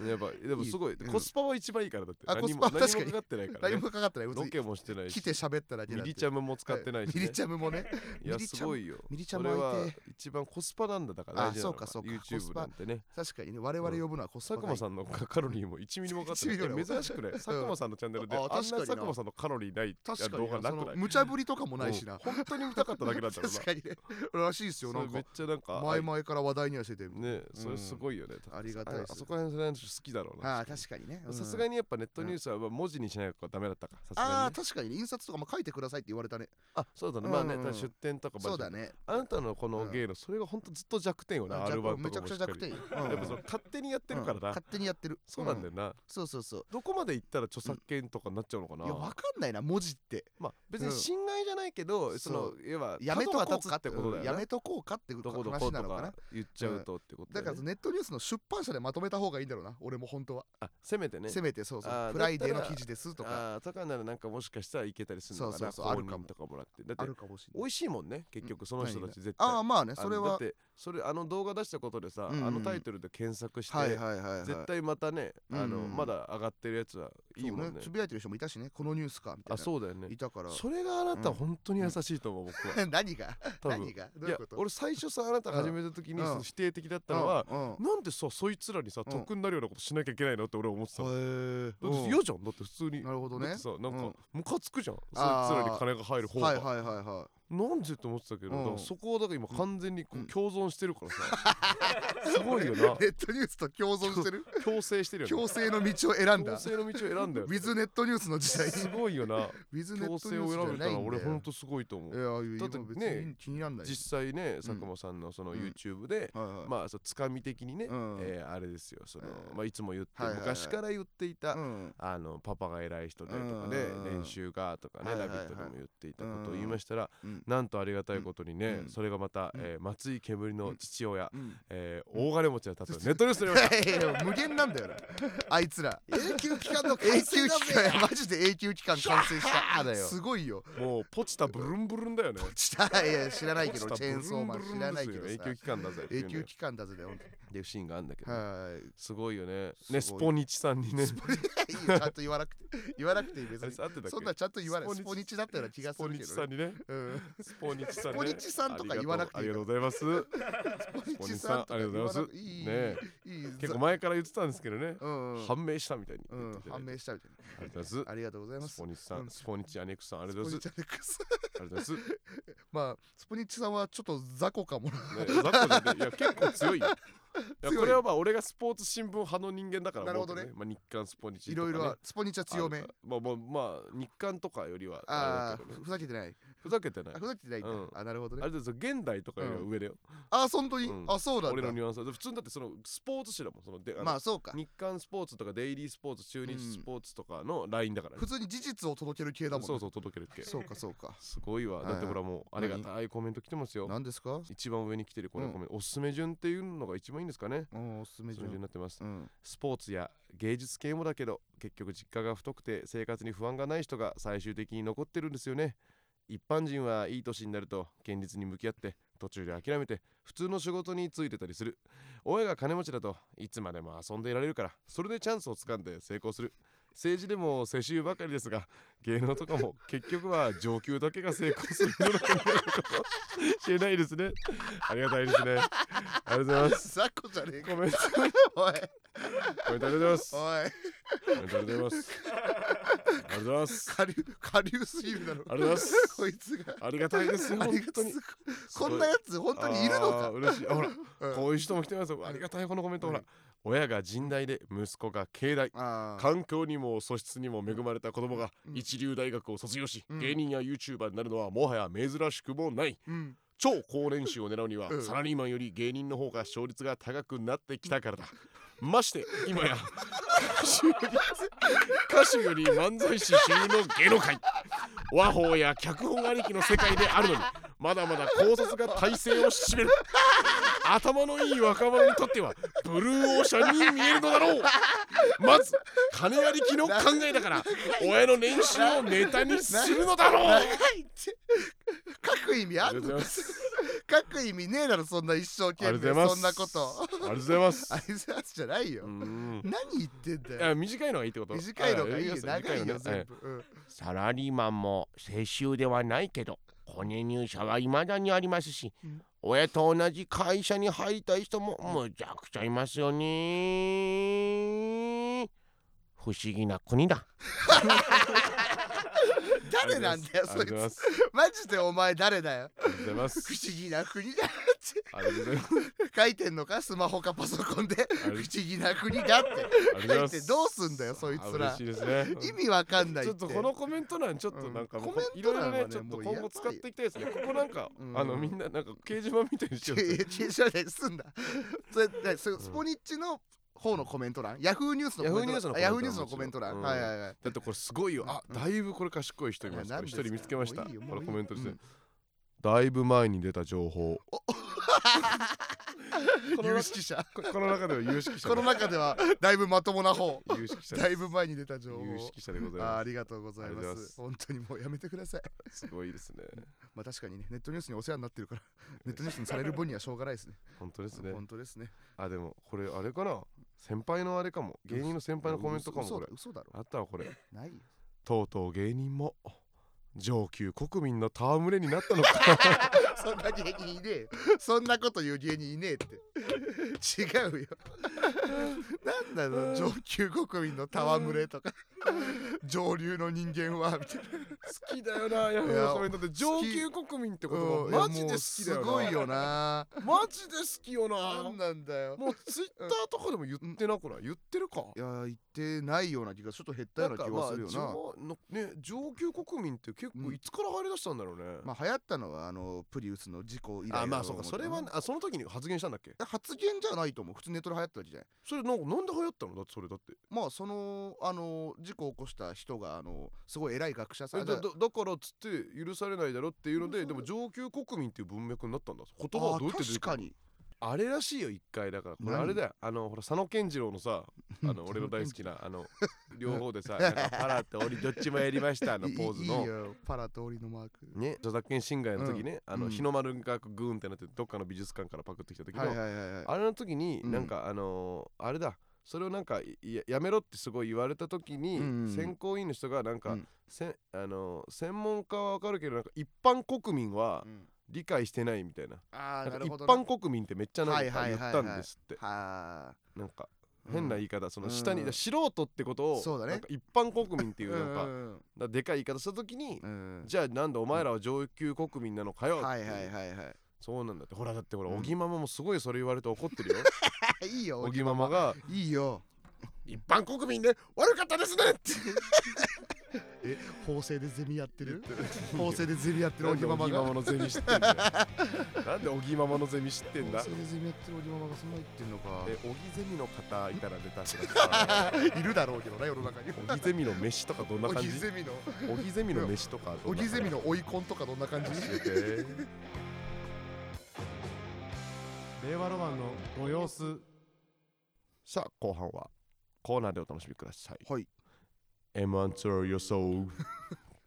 A: やっぱでもすごい
B: うん
A: コスパは一番いいからだって
B: あ
A: 何も
B: コスパは確か
A: 何
B: に
A: もかかってないから
B: 何
A: ね
B: もかかってない
A: ロケもしてないし
B: 来て喋っただけだ
A: ミ
B: って
A: リチャムも使ってないし、ね
B: ミリチャム もね
A: いや
B: ミリ
A: す
B: チャム
A: ごいよ
B: ミリチャ
A: そ
B: ム
A: れは
B: 相手
A: 一番コスパなんだだから大事なのが
B: あそうかそうかコス
A: YouTube
B: パ
A: なんてね
B: 確かにね我々呼ぶのはコスパ
A: 佐久
B: が
A: 間さんのカロリーも1ミリもかかってない
B: 1ミリも
A: え珍しくない佐久間さんのチャンネルであ
B: あ
A: んな
B: 確かにな
A: 佐久間さんのカロリーない
B: 確か
A: 動
B: に
A: 画
B: な
A: な
B: そ
A: くな
B: の
A: い
B: 無茶ぶりとかもないしな
A: うん本当に見たかっただけなんだろうな
B: 確かにねらしいですよな
A: そ
B: ん
A: うめ
B: か
A: っちゃなんか
B: 前々から話題にはしてて
A: ねそれすごいよね、
B: ありがたい
A: あ
B: で
A: あ
B: す
A: そこら辺の世代の人好きだろうな
B: ああ確かにね
A: さすが
B: に
A: にやっぱネットニュースはまあ文字にしないとダメだったかさすがにね
B: ああ確かにね印刷とかも書いてくださいって言われたね
A: あそうだねまあね、
B: うんう
A: た
B: ん
A: だ出店とか
B: そうだ
A: ね
B: ね
A: あなたのこの芸のそれがほんとずっと弱点よな、R1 とかも
B: めちゃくちゃ弱点
A: しっ
B: よ
A: かりやっぱそ
B: うん
A: の勝手にやってるからな、
B: 勝手にやってる
A: そうなんだよな、
B: そうそうそう
A: どこまで行ったら著作権とかになっちゃうのかな、
B: いやわかんないな文字って
A: まあ別に
B: うん
A: 侵害じゃないけど、
B: そう
A: そのいわば
B: やめとこ
A: 角が
B: う
A: 立つ
B: か
A: っ
B: って
A: てことだよね
B: やめとこうかって
A: どこど
B: 話
A: こ
B: な
A: と
B: のかな
A: か言っちゃうとってことだ
B: だ
A: よね、
B: からネットニュースの出版社でまとめた方がいいんだろうな俺も本当は
A: あせめてね
B: せめてそうそ
A: あ
B: う
A: ー
B: フライデー
A: だっ
B: の
A: たら
B: 記事ですとか
A: あーとかならなんかもしかしたらいけたりするのかな
B: そうそうそう
A: 公認
B: あるかも
A: とかもらってだ
B: あ
A: って
B: るかもしれ
A: 美
B: ない
A: 味しいもんね結局その人たち絶対
B: ああまあね
A: あ
B: そ
A: の
B: れ
A: だ
B: は
A: ってそれあの動画出したことでさ、
B: うんうん
A: あのタイトルで検索して、
B: はいはいはいはい
A: 絶対またね、あの
B: うんうん
A: まだ上がってるやつはいいもん
B: そう
A: ね
B: つぶやいてる人もいたしねこのニュースかみたい
A: あ
B: な
A: そうだよね
B: いたから
A: それがあなた本当に優しいと思う、僕は
B: 何が
A: 多分
B: 何がどう
A: い
B: い
A: や
B: うこと
A: 俺最初さあなたが始めた時に
B: うん
A: その否定的だったのは、
B: うんうん
A: なんでさそいつらにさ、
B: うん
A: 得になるようなことしなきゃいけないのって俺は思ってたの、だって
B: へえ
A: 嫌じゃんだって普通に
B: なるほどね
A: だってさなん
B: う
A: か
B: ん
A: ムカつくじゃん、
B: あー
A: そいつらに金が入る方が、
B: はいはいはいは
A: なんでって思ってたけど、
B: うん
A: だからそこはだから今完全にこ
B: うん
A: う共存してるからさ、 すごいよな
B: いネットニュースと共存してる
A: 共生してるよね
B: 共生の道を選ん
A: 共
B: だ
A: 生の道を選んだよ
B: ウィズネットニュースの時代に
A: すごいよな
B: ウィズネ
A: 強
B: ットニ
A: 制
B: ュー
A: を選
B: スじゃ
A: べた
B: な
A: ら
B: いん
A: 俺
B: だ
A: ほん
B: よ
A: とすごいと思
B: いうやいや
A: だって
B: 今別に
A: ね
B: 気になんないよ
A: 実際ね佐久間さんのその
B: うん
A: YouTube で
B: はいはい
A: まあそつかみ的にね
B: うん
A: えーあれですよその
B: うん
A: まあいつも言って
B: はいはいはい
A: 昔から言っていた
B: うん
A: あのパパが偉い人でとか
B: うん
A: ね練習がとかね「
B: はいは
A: ラ
B: い
A: ビ
B: は
A: ット!」で
B: い
A: も言っていたことを言いましたら
B: うん
A: なんとありがたいことにね
B: うん
A: それがまた
B: うん
A: えー松井煙の父親
B: うん
A: えー大金持ちだったとネットニュースで見ました
B: いやいや無限なんだよなあいつら
C: 永久期間の
B: 永
C: 完成
B: 久
C: だ
B: 期
C: ぜ
B: 間マジで永久期間完成し た
A: だよ
B: すごいよ
A: もうポチタブルンブルンだよね
B: したいや知らないけ
A: ポチ
B: ど
A: タ
B: チェーンソーマン
A: ブル
B: 知
A: ブル
B: ら
A: で
B: な
A: すよ
B: いけど
A: 永久
B: さ
A: 期間だぜっていう
B: 永
A: ね
B: 久期間だぜだよ本当に
A: っていうシーンがあるんだけどね
B: はい
A: すごいよね。
B: すごい
A: ね、スポニチさんにね。
B: いいよちゃんと言わなくて言わなくていい別
A: あ れ
B: に
A: 合ってたっけ
B: そんなちゃんと言わない
A: ス
B: ス
A: ポ
B: ポ
A: ニ
B: ニチだったような気が
A: ス
B: す
A: ポ
B: る
A: ニ
B: け
A: チ
B: ど
A: さ
B: ね
A: んにね。
B: うん
A: スポニチさん
B: スポニチさんとか言わなくていいか
A: あ
B: ら
A: りがとうありがとうござい ます。ニチさんありがとうござ
B: スポとか言わなく
A: います
B: いい
A: ね
B: いい
A: 結構前から言ってたんですけどね。
B: うんうん
A: 判明したみたいに
B: う
A: 言っ
B: ん
A: てて。
B: 判明したみたいな
A: ありがとうございま。
B: ありがとうございます
A: ス
B: す
A: ポニチさ
B: うん
A: ん、スポニチアネックさん、ありがとうございます。
B: スポニチアレックス
A: ありがとうござい
B: まあスポニチさんはちょっと雑魚かもな
A: ます。ね、ザコじゃねいや、結構強いよ。いや
B: 強い
A: これはまあ俺がスポーツ新聞派の人間だから
B: なるほどね
A: 思うけまあ、日刊スポニチ
B: い
A: とか
B: ろ
A: ね
B: いろはスポニチは強め
A: あるからまあまあまあ日刊とかよりはあれだ
B: あ
A: けど
B: あ
A: ね
B: ふざけてない
A: ふざけてない
B: あふざけてないんだ
A: うん
B: あなるほど
A: あ
B: ね
A: れですよ現代とかよりは上だよ、
B: あ本当に
A: うん
B: あそうなん
A: 俺の
B: だ
A: ニュアンスは普通にだってそのスポーツ紙だもんそのであの
B: まあそうか
A: 日刊スポーツとかデイリースポーツ中日スポーツとかのラインだから、ね
B: 普通に事実を届ける系だもんね
A: そうそう届けるっけ
B: そうかそうか
A: すごいわだってほらもうありがたいコメント来てますよ
B: 何ですか
A: 一番上に来てるこのコメント、おすすめ順っていうのが一番いいんですかね
B: うんおすす
A: お
B: め
A: すす
B: 順
A: め順になってます
B: うん
A: スポーツや芸術系もだけど結局実家が太くて生活に不安がない人が最終的に残ってるんですよね一般人はいい年になると現実に向き合って途中で諦めて普通の仕事に就いてたりする親が金持ちだといつまでも遊んでいられるからそれでチャンスをつかんで成功する政治でも世襲ばかりですが芸能とかも結局は上級だけが成功する世の中になるかもしれないですねありがたいですねありがとうございます
B: 雑魚じゃねえ か
A: コメント
B: おい
A: コメントありがとうございます
B: おい
A: ありがとうございます。ありがとうございます。
B: 下流下流すぎるだろ
A: ありがとうございます
B: こいつが
A: ありがたいですよ。
B: あ
A: 本
B: りが
A: 当
B: と
A: に
B: う。こんなやつ本当にいるの
A: あー
B: か
A: 嬉しい。あほら、
B: うん
A: こういう人も来てますよ。ありがたい、このコメント。ほら
B: うん、
A: 親が甚大で、息子が境大。
B: あー
A: 環境にも素質にも恵まれた子供が
B: うん
A: 一流大学を卒業し、
B: うん
A: 芸人や YouTuber になるのはもはや珍しくもない
B: うん
A: 超高年収を狙うには、
B: うん
A: サラリーマンより芸人の方が勝率が高くなってきた からだまして今や歌手より歌手より漫才師主流の芸能界和法や脚本ありきの世界であるのにまだまだ考察が体勢を占める頭のいい若者にとってはブルーオーシャンに見えるのだろうまず金ありきの考えだから親の年収をネタにするのだろう
B: 長いって書く意味あ
A: ありがと
B: る
A: うござい
B: の
A: ま
B: 書く意味ねえだろそんな一生懸
A: ありがとうござい
B: 命
A: ます
B: そんなこ
A: あ
B: と
A: りがとうございます
B: あいつやつじゃないよ、
A: うん
B: 何言ってん
A: い
B: だよ
A: や短いのがいいってこと
B: 短いのがいい
A: あ
B: よ長いよ
A: 短
B: 全
A: ね
B: 部、うん
C: サラリーマンも世襲ではないけど骨入社はいまだにありますし、
B: うん
C: 親と同じ会社に入りたい人もむちゃくちゃいますよね不思議な国だ
B: 誰なんだよ
A: あ
B: そ
A: りがとうござい
B: いつ
A: ます
B: マジでお前誰だよ
A: ありがとうございま
B: 不
A: す
B: 思議な国だっ
A: ありがとうございます
B: て書いてんのかスマホかパソコンで不
A: あり
B: 思議な国だっ
A: ありが
B: て
A: とうござい
B: 書
A: ま
B: いて
A: す
B: どうすんだよそい
A: あ
B: つら
A: 嬉しいですね
B: 意味わかんないっ
A: ち
B: て
A: ょっとこのコメント欄ちょっとなんか
B: うん
A: もう
B: コメ
A: い
B: ン
A: ろい
B: ト
A: ろ
B: 欄はね
A: ねちょっと今後使っていきたいですねここなんか
B: うん
A: あのみんななんか掲示板みたい にしよう
B: いや注射ですんだ。それねそれスポニッチの方のコメント欄、ヤフーニュースのコメント欄、あヤ
A: ヤ
B: フ
A: フ
B: ー
A: ー
B: ニ
A: ニ
B: ュ
A: ュース
B: ースの
A: の
B: コ
A: コ
B: メ
A: メ
B: ン
A: ン
B: ト
A: ト
B: 欄、
A: 欄
B: はいはいはい。
A: だってこれすごいよあ
B: うん
A: だいぶこれ賢い人いま
B: い
A: し
B: や
A: た
B: 何
A: 一
B: ですか
A: 人見つけました
B: もういいよ
A: これコメントです
B: もうい
A: ねだいぶ前に出た情 報この
B: 有
A: 中
B: 識者。
A: この中では有識者
B: この中ではだいぶまとも な方。
A: 有識者
B: だいぶ前に出た情報。
A: 有識者でござい
B: あー
A: ま
B: ありがとうござい
A: ありが
B: ま。
A: とうございますす
B: 本当にもうやめてください。
A: すすごいですね
B: まあ確かにね、ネットニュースにお世話になってるから、 ネットニュースにされる分にはしょうがないですね。
A: 本当ですね
B: 本当ですね。
A: あでもこれあれかな先輩のあれかも芸人の先輩のコメントかも
B: 嘘
A: こ
B: だ
A: れ
B: 嘘だろ。
A: あったわこれ
B: ないよ。
A: とうとう芸人も上級国民の戯れになったのか
B: そんな芸人いねえよ。そんなこと言う芸人いねえって。違うよ。なんだろう、上級国民の戯れとか、上流の人間は、みたいな。
A: 好きだよなヤフーのコメントって上級国民って言葉
B: うん
A: マジで好きだよ
B: い
A: な
B: やもうすごいよな。
A: マジで好きよ
B: な
A: なん
B: なんだよ。
A: もうツイッターとかでも言ってなくない言ってるか
B: いや、言ってないような気が、ちょっと減ったよ
A: な
B: うんな気
A: か
B: が
A: まあ
B: するよな。
A: 上のね上級国民って結
B: う
A: 構
B: ん
A: いつから入り出したんだろうね
B: まあ、流行ったのは、あの、プリウスの事故以来
A: あまあ
B: だと
A: そう
B: 思
A: かそれは
B: けどね
A: あその時に発言したんだっけ
B: 発言じゃないと思う。普通ネットで流行ったわけじゃない。
A: それなんかなんで流行ったのだってそれだって
B: まあ、その、あの、事故を起こした人が、あの、すごい偉い学者さ
A: え
B: ん
A: だ
B: じゃ
A: だだからっつって許されないだろっていうのででも上級国民っていう文脈になったんだ言葉はどうやって出
B: 確
A: てく
B: か
A: る
B: に
A: あれらしいよ一回だからこれ
B: 何
A: あれだよあのほら佐野健次郎の さ あの俺の大好きなあの両方でさなん かパラって俺どっちもやりましたあのポーズ
B: いいい
A: の
B: いよパラと折りのマーク
A: ね著作権侵害の時ねあ
B: う
A: の
B: ん
A: 日の丸がグーンってなってどっかの美術館からパクってきた時
B: はいはい
A: の
B: はいはい
A: あれの時に
B: うん
A: なんかあのーあれだそれをなんかいややめろってすごい言われた時に
B: うんうんうん
A: 選考委員の人がなん
B: う
A: か
B: ん
A: せんあのー専門家はわかるけどなんか一般国民は
B: うん
A: 理解してないみたいな
B: あ
A: なん
B: あ
A: か
B: なる
A: 一
B: ほどな
A: 般国民ってめっちゃなんか言ったんですって
B: は
A: なんか
B: ー
A: 変な言い方その下
B: う
A: に
B: ん
A: 素人ってこと
B: そうだ
A: を
B: ね
A: なんか一般国民ってい
B: うん
A: うなんか
B: うん
A: だでかい言い方した時に
B: うん
A: じゃあなんでお前らは上級国民なのかよ
B: はい
A: っ
B: はい
A: て
B: はいは
A: そうなんだってほらだってほら
B: うん
A: 小木ママもすごいそれ言われて怒ってる よ
B: いいいよ
A: 小木ママが
B: いいよ
A: 一般国民で悪かったですねって
B: え法政でゼミやってる
A: 言ってる
B: 法政でゼミやってる
A: な
B: お
A: んで
B: ぎ
A: 小
B: マ
A: 木
B: マ
A: マ
B: が
A: マのゼミ知ってんだよなんで小木ママのゼミ知って
B: 法
A: んだ
B: 政でゼミやってるおぎママがそんな言ってん のか
A: え小木ゼミの方いたら出たし さ
B: いるだろうけどな世の中に
A: 小木ゼミの飯とかどんな
B: お
A: 感
B: ぎ
A: じ
B: ゼミの
A: 小木ゼミの飯とかど
B: お
A: んな感
B: ぎ
A: じ
B: ゼミの追いコンとかどんな感じ
A: え
D: 令和ロマンのご様子
A: さあ後半はコーナーでお楽しみください
B: はい
A: M1 ツアー予 想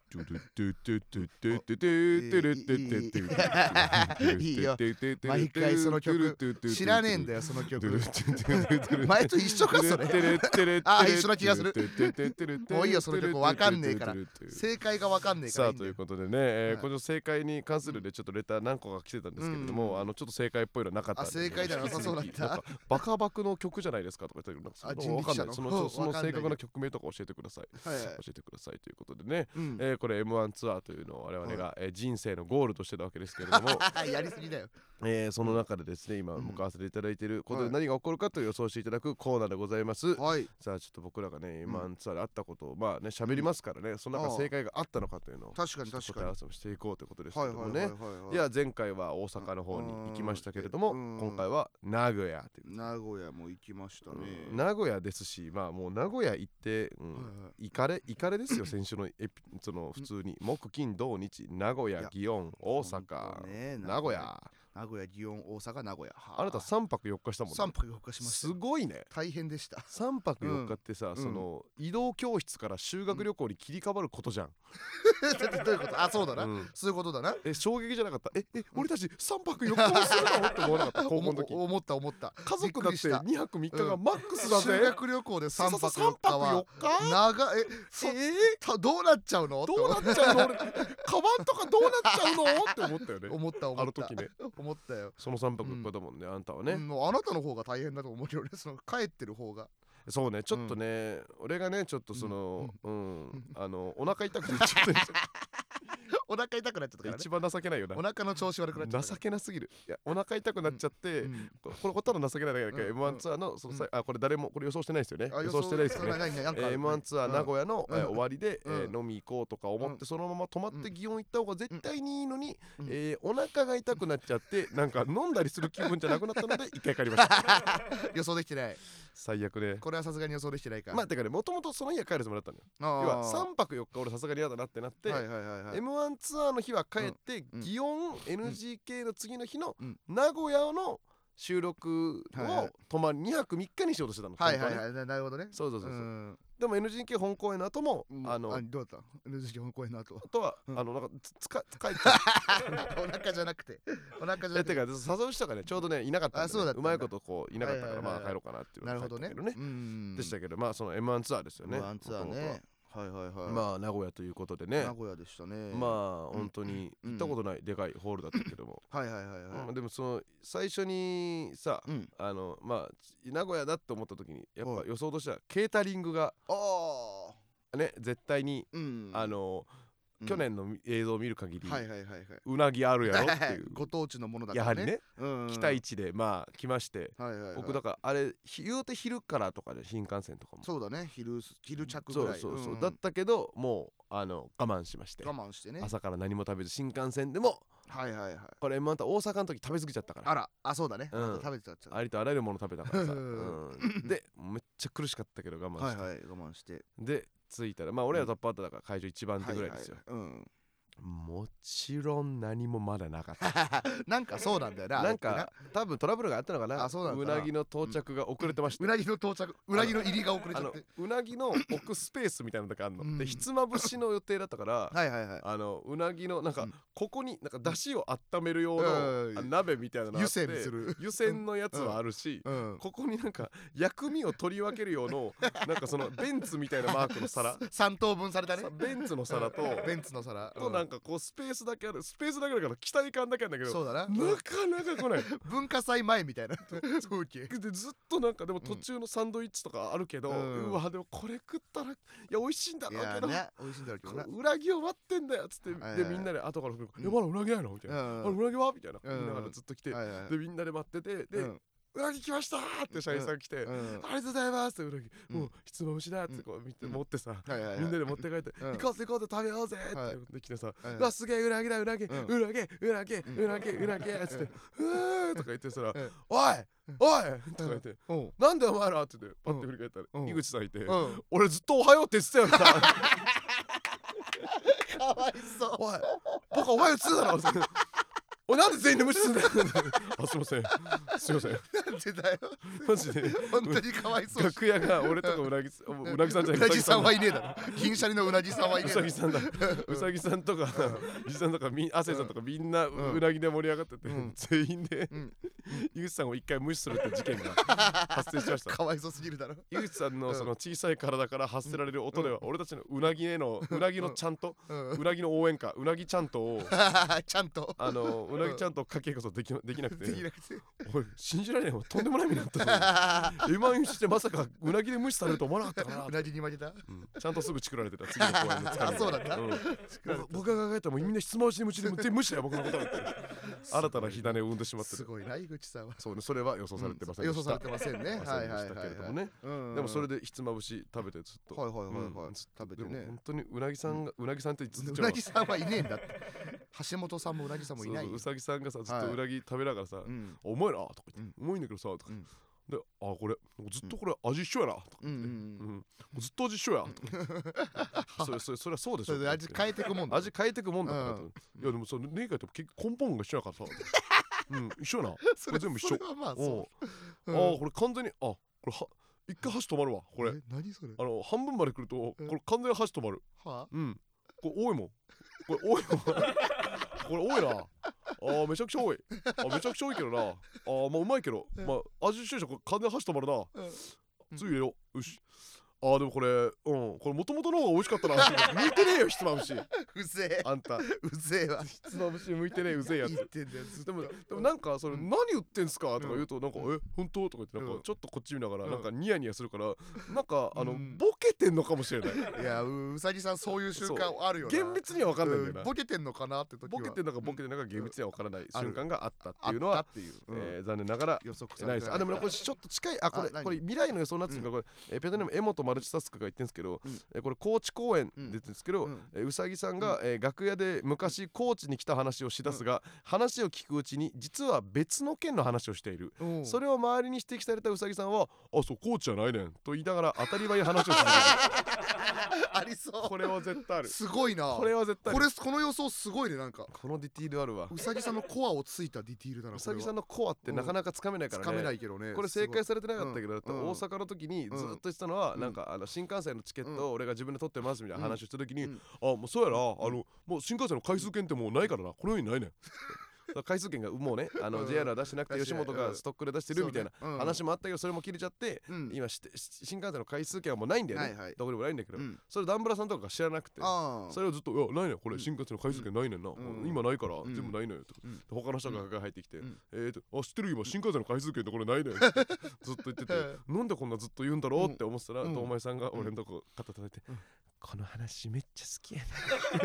A: トゥトゥトゥトゥトゥトゥトゥトゥトゥルトゥトゥトゥトゥ
B: いいいいいいいいよ
A: トゥトゥトゥ
B: 毎回その曲
A: トゥルトゥトゥトゥトゥ
B: 知らねえんだよその曲
A: トゥ ルトゥトゥトゥトゥル
B: 前と一 緒かそれ
A: トゥルトゥルトゥル
B: あ一緒な気が する
A: トゥルトゥトゥルトゥルトゥルトゥルトゥルトゥルトゥルトゥルトゥルトゥルトゥルトゥルトゥルトゥル
B: もういいよその曲わかんねえ から
A: トゥルトゥルトゥルトゥルトゥル
B: 正解がわかんねえか
A: さ
B: らい
A: あ
B: いん
A: と
B: だ
A: い
B: よ
A: うことでね、えー
B: はい
A: この正解に関するでちょっとレター何個か来てたんですけれども、
B: うん
A: あのちょっと正解っぽいのなかったんで
B: あ正解ではなさそうだった
A: 引き続きなんかバカバクの曲じゃないですかとか言ったけど
B: あ
A: なんかそのわかんない
B: 人力車の
A: そのちょ
B: うん
A: その
B: わかんな
A: 正
B: いけど
A: 確な曲名とか教えてください
B: はいはい
A: 教えてくださいということでね、
B: うん
A: えーこれ M1 ツアーというのを我々が、えー人生のゴールとしてたわけですけれども
B: やりすぎだよ。
A: えーその中でですね今
B: うん
A: 向かわせていただいていること
B: は
A: で
B: い
A: 何が起こるかと予想していただくコーナーでございます、
B: はい
A: さあちょっと僕らがね今
B: う
A: ツアーであったことをまあね喋りますからねその
B: ああ
A: 中正解があったのかというのを
B: 確かに
A: ちょっと答
B: 確
A: え合
B: か
A: わせをしていこうということです
B: に
A: けれど
B: はいは
A: も
B: い
A: ね
B: はいはいはい
A: いや前回は大阪の方に行きましたけれども
B: うん
A: 今回は名古屋という
B: 名古屋も行きましたね
A: うん名古屋ですしまあもう名古屋行ってうん
B: はいはい
A: イカレイカレですよ先週のエピその普通に木金土日名古
B: い
A: 屋
B: や
A: 祇園大
B: 本当
A: 阪
B: ね
A: 名古屋
B: 名古屋祇園大阪名古屋
A: あなた3泊4日したもんね
B: 3泊4日しまし
A: す
B: たよ
A: ごいね
B: 大変でした
A: 3泊
B: うん
A: 4日ってさ、
B: ん
A: その移動教室から修学旅行に切り替わることじゃん、
B: だってどういうことあそうだな、
A: うん
B: そういうことだな
A: え衝撃じゃなかったええ俺たち3泊4日もするのって思わなかった高校の時
B: お思った思った
A: 家族だっ
B: びっくり
A: て
B: した
A: 2泊3日がマックスだぜ、
B: 修学旅行で3
A: そう
B: 泊
A: そう
B: 4日は
A: 三泊四日
B: 長いえそ
A: え
B: たどうなっちゃうの
A: ー、どうなっちゃうの俺カバンとかどうなっちゃうのって思ったよ
B: と
A: ね
B: 思った思った
A: あの時ね
B: 思ったよ、
A: その3泊4日だもんね、あんたはね、
B: うんもうあなたの方が大変だと思うよね その帰ってる方が
A: そうねちょっとね、俺がねちょっとそのうん、
B: うん
A: あのお腹痛くなっちゃって
B: お腹痛くなっちゃったから、ね
A: 一、番情けないよな
B: お腹の調子悪くなっちゃった
A: 情けなすぎるいやお腹痛くなっちゃって、
B: うん
A: ここれほとんど情けないだけだけど、
B: うん
A: M1 ツアーのその際、あこれ誰もこれ予想してないですよね
B: あ
A: 予想してないですよね、
B: 何何何
A: え
B: か
A: ー、
B: ある
A: M1 ツアー名古屋の、
B: うん
A: えー終わりで、えー
B: うん
A: 飲み行こうとか思って、
B: う
A: そのまま泊まって祇園行った方が絶対にいいのに、
B: うん
A: えーお腹が痛くなっちゃって なんか飲んだりする気分じゃなくなったので一回帰りました
B: 予想できてない
A: 最悪ね
B: これはさすがに予想できてないか
A: まあてかねもともとその日は帰るつもりだったのよ
B: あ
A: 要
B: ー
A: は3泊4日俺さすがに嫌だなってなって、
B: はいはいはいはい
A: M1 ツアーの日は帰って、
B: うん
A: 祇園 NGK の次の日の
B: うん
A: 名古屋の収録
B: はいは
A: を
B: い
A: 泊まり2泊3日にしようとしてたの。
B: はい
A: 本
B: は
A: 当
B: い
A: はね
B: はいななるほどね
A: そうそうそうそうう。
B: ん
A: でも NGK 本公演の後も
B: うん
A: あのあ
B: どうだった NGK 本公演の後は
A: とは
B: うん
A: あのなんかつ つか疲れちゃっ
B: お腹じゃなくてお腹じゃ
A: て
B: なく
A: て
B: て
A: か誘う人がねちょうどねいなかったん
B: あそうだ
A: で
B: っ
A: ね
B: たん
A: う
B: だ
A: まいことこういなかったか
B: は
A: ら
B: いはいは
A: ま
B: いはい
A: あ帰ろうかなっていう
B: なるほどね
A: 帰ったけね
B: うん
A: でしたけどまあその M1 ツアーですよね。
B: ワンツアーねはいはいはい
A: まあ名古屋ということでね
B: 名。古屋でしたね
A: まあ
B: うん
A: 本当に
B: うん
A: 行ったことないでかいホールだったけども、
B: はいはいはいは
A: う
B: い
A: んでもその最初にさ
B: うん
A: あのまあち名古屋だって思った時にやっ
B: は
A: ぱ
B: い
A: 予想としてはケータリングが
B: ああ
A: ね絶対に、
B: うん
A: あの
B: うん
A: 去年のみ映像を見る限り、
B: はいはいはいはいう
A: なぎあるやろっていう
B: ご当地のものだか
A: やは
B: ら
A: り
B: ね
A: ね、
B: うん
A: 期待値でまあ来まして、
B: はいはいはい
A: 僕だからあれひ言うて昼からとかで新幹線とかも
B: そうだね昼す昼着
A: そ
B: ぐ
A: う
B: らい
A: そうそう、
B: ん
A: だったけどもうあの我慢しまして
B: 我慢してね
A: 朝から何も食べず新幹線でも
B: はいはいはい
A: これまた大阪の時食べ過ぎちゃったから
B: あらあそうだね
A: うん
B: あなた食べてたっちゃ
A: ありとあらゆるもの食べた からさ、
B: う
A: う
B: ん
A: んでめっちゃ苦しかったけど我慢して、
B: はいはい我慢して
A: で着いたらまあ俺らトップアウトだから会場一番手ぐらいですよ、
B: はいはいうん
A: もちろん何もまだなかった
B: なんかそうなんだよ
A: な
B: な
A: ん
B: あれっ
A: か
B: て
A: 多分トラブルがあったのかな
B: あそうなのかな
A: なぎの到着が遅れてました、
B: うなぎの到着うなぎの入りが遅れち
A: あ
B: ゃっ
A: の
B: て
A: うなぎの置くスペースみたいなのがあるの、
B: うん
A: でひつまぶしの予定だったから、
B: はいはいはい
A: あのうなぎのなん
B: う
A: か
B: ん
A: ここになんか出汁を温める用
B: うん
A: のあ鍋みたいなのがあ
B: 湯
A: って
B: 煎する
A: 湯煎のやつはあるし、
B: うん
A: ここになんか薬味を取り分ける用の なんかそのベンツみたいなマークの皿
B: 3等分されたね
A: さベンツの皿と
B: ベンツの皿
A: となんかこうスペースだけあるスペースだけだから期待感だけあるんだけど
B: そうだな
A: なかなか来 ない
B: 文化祭前みた いな風景
A: でずっとなんかでも途中のサンドイッチとかあるけど、
B: う
A: うんわでもこれ食ったらいや美味しいんだ
B: い
A: ろう
B: や
A: け
B: ー
A: ど、
B: ね美味しいんだろうけ
A: こ
B: どな
A: う裏着を待ってんだよっつって、
B: はいはい
A: で
B: はい
A: みんなで後から来る「
B: うん
A: いやまだ裏着やの?」みたいな「
B: う
A: あ
B: ん
A: れ裏着は?」みたいな、
B: うん
A: みんながずっと来て、
B: はいはいはい
A: でみんなで待っててで、
B: うん
A: 裏着来ましたーって社員さん来て、
B: うん
A: ありがとうございますって裏着、
B: うん
A: もう質問しだってこう見て、
B: うん
A: 持ってさ、
B: はいはいはい
A: みんなで持って帰って、
B: うん
A: 行こうぜ行こうぜ食べようぜって、
B: はい
A: できてさ、
B: はいう
A: わすげえ裏切だ裏切
B: うん
A: 裏切裏切
B: ん
A: 裏切裏切っつって「うー」とか言ってたら
B: うん
A: 「おいおい!」とか言って
B: うん
A: 「なんでお前ら」って言ってパッて振り返った
B: う
A: ら
B: ん
A: 井口さんいて
B: うん
A: 「俺ずっと「おはよう」って言ってたよな
B: かわいそう
A: おい僕はおはよう」っつってたろ」っておいなんで全員で無視すんだよあすいませんすいません
B: なんでだよ
A: マジで
B: 本当にかわいそう
A: 楽屋が俺とかうなぎさん うなぎさんじゃ
B: う
A: な
B: ないぎさん
A: だ
B: はいねえだろ銀シャリのうなぎさんはいうねえ
A: さ
B: だ
A: ぎ
B: ろ
A: さんだうさぎさんとかうさぎさんとかみ亜生さんとかみんなうなぎで盛り上がってて
B: うん
A: 全員で
B: うん
A: 井口さんを一回無視するって事件 が発生しました
B: かわいそうすぎるだろ
A: 井口さん
B: う
A: の
B: ん
A: その小さい体から発せられる音では俺たちのうなぎへのうなぎのちゃんと
B: うん
A: う なぎの応援歌うなぎちゃんとを
B: ちゃんと
A: あのうなぎちゃんとかけることできできなく
B: でき
A: て
B: なくて
A: おい信じられないもとんでもない目になったぞ M−1 優勝してまさかうなぎで無視されると思わなかったから
B: う、なぎに負けた
A: うんちゃんとすぐチクられてた次の公演の疲れで
B: あそうなんだ
A: ん僕僕が考えたらもうみんな質問しに夢中で全部無視だよ僕のことだって 新たな火種を生んでしまって
B: す
A: る
B: ごいな井口さんは
A: そうねそれは予想されてません
B: 予
A: で
B: 想
A: した
B: されてませんね
A: 予想
B: はいは
A: で
B: い
A: したけ
B: はい
A: れど
B: は
A: も
B: い
A: ね
B: うん
A: でもそれでひつまぶし食べてずっと
B: はいはいはいは
A: う
B: い
A: んずっと
B: 食べ
A: で
B: て
A: も
B: ね
A: 本当にうなぎさんがうなぎさんってずっ
B: う
A: と
B: なぎさんはいねえ んだって橋本さんもうなぎさんもいない
A: そう
B: よ
A: うさぎさんがさずっ
B: はい
A: とうなぎ食べながらさ
B: うん
A: 「お前ら」とか言って「
B: う
A: 重いんだけどさ」とか
B: うん
A: で「あこれずっとこれ味一緒やな」とか
B: うんうん
A: う
B: うん
A: ん「ずっと味一緒や」とか それそれそれはそうでし
B: そ
A: ょ
B: れで味変えてくもんだ
A: 味変えてくもんだからと、
B: うん
A: いやでもその年会って結構根本が一緒やからさ うん一緒やな
B: そ
A: これ全部一緒
B: それはまあ
A: お、
B: そうう
A: あ
B: う
A: ー
B: ん
A: これ完全にあこれは一回箸止まるわこれ
B: え何それ
A: あの半分まで来るとこ
B: うん
A: れ完全に箸止まる
B: は
A: うんこれ多いもんこれ多いもんこれ多いなあーめちゃくちゃ多いあめちゃくちゃ多いけどなあーまあうまいけど
B: うん
A: まあ味一緒でしょこれ完全に箸止まるな
B: うんうん
A: 次入れようよしあーでもこれうんこれもともとの方が美味しかったな似てねえよひつまぶし
B: うぜえ
A: あんた
B: うぜえわ
A: ひつまぶし向いてねえうぜえやつ
B: 言ってんだよず
A: で
B: っと
A: もでもなんかそれ
B: うん
A: 何言ってんすかとか言うとなんか
B: う
A: え本当とか言ってなん
B: う
A: か
B: ん
A: ちょっとこっち見ながら
B: うん
A: なんかニヤニヤするからなんかあの
B: うん
A: ボケてんのかもしれない
B: いやううさぎさんそういう瞬間あるよな
A: 厳密には分かんないんだよ
B: う
A: なん
B: ボケてんのかなって時は
A: ボケてんのかボケてんのか厳密には分からない
B: ある
A: 瞬間があったって
B: あ
A: いうの
B: った
A: は
B: っていううん
A: えー残念ながら
B: 予測さ
A: ないで
B: れて
A: す
B: ない
A: あでもねこれちょっと近いあこれ
B: あ何
A: これ未来の予想になってるからこれえペンネーム柄本マルチタスクが言ってんですけど
B: うん
A: えこれ高知公演
B: うん
A: でですけど
B: うん
A: えーうさぎさんが、えー楽屋で昔高知に来た話をしだすが、話を聞くうちに実は別の県の話をしている、
B: うん
A: それを周りに指摘されたうさぎさんは「あそう高知じゃないねん」と言いながら当たり前に話をする
B: あり そ
A: これは絶対あ
B: う
A: る
B: すごいな
A: これは絶対あ
B: こ
A: る
B: れこの予想すごいねなんか
A: このディティールあるわ
B: うさぎさんのコアをついたディティールだな
A: うさぎさ
B: ん
A: んのコアってなかなかつかめないか
B: つ
A: ら
B: か
A: ね、
B: めないけどね
A: これ正解されてなかったけど、だって
B: うん
A: 大阪の時にずっと言ってたのは、
B: うん
A: なんかあの新幹線のチケットを俺が自分で取ってますみたいな話をした時に、
B: うん
A: あもうそうやなあのもう新幹線の回数券ってもうないから なこの世にないねんだから回数券がもうねあの
B: うん
A: JR は出してなくて
B: 出し
A: 吉
B: てない
A: 本がストックで出してるみたいな
B: そうねうん
A: 話もあったけどそれも切れちゃって
B: うん
A: 今して新幹線の回数券はもうないんだよね、
B: はいはい
A: どこにもないんだけど、
B: うん
A: それダンブラさんとかが知らなくて
B: ああ
A: それをずっと「いやないねんこ
B: う
A: れ
B: ん
A: 新幹線の回数券ないねんな、
B: ん
A: 今ないから
B: うん
A: 全部ないのよ」とか、
B: うん
A: で他の人が入ってきて「
B: うん
A: えー、とあ知ってる今新幹線の回数券ってこれないねん」ってずっと言ってて「なんでこんなずっと言うんだろう?」って思ってたら
B: うん
A: 堂前さんが俺のとこ肩叩いて「この話めっちゃ好きや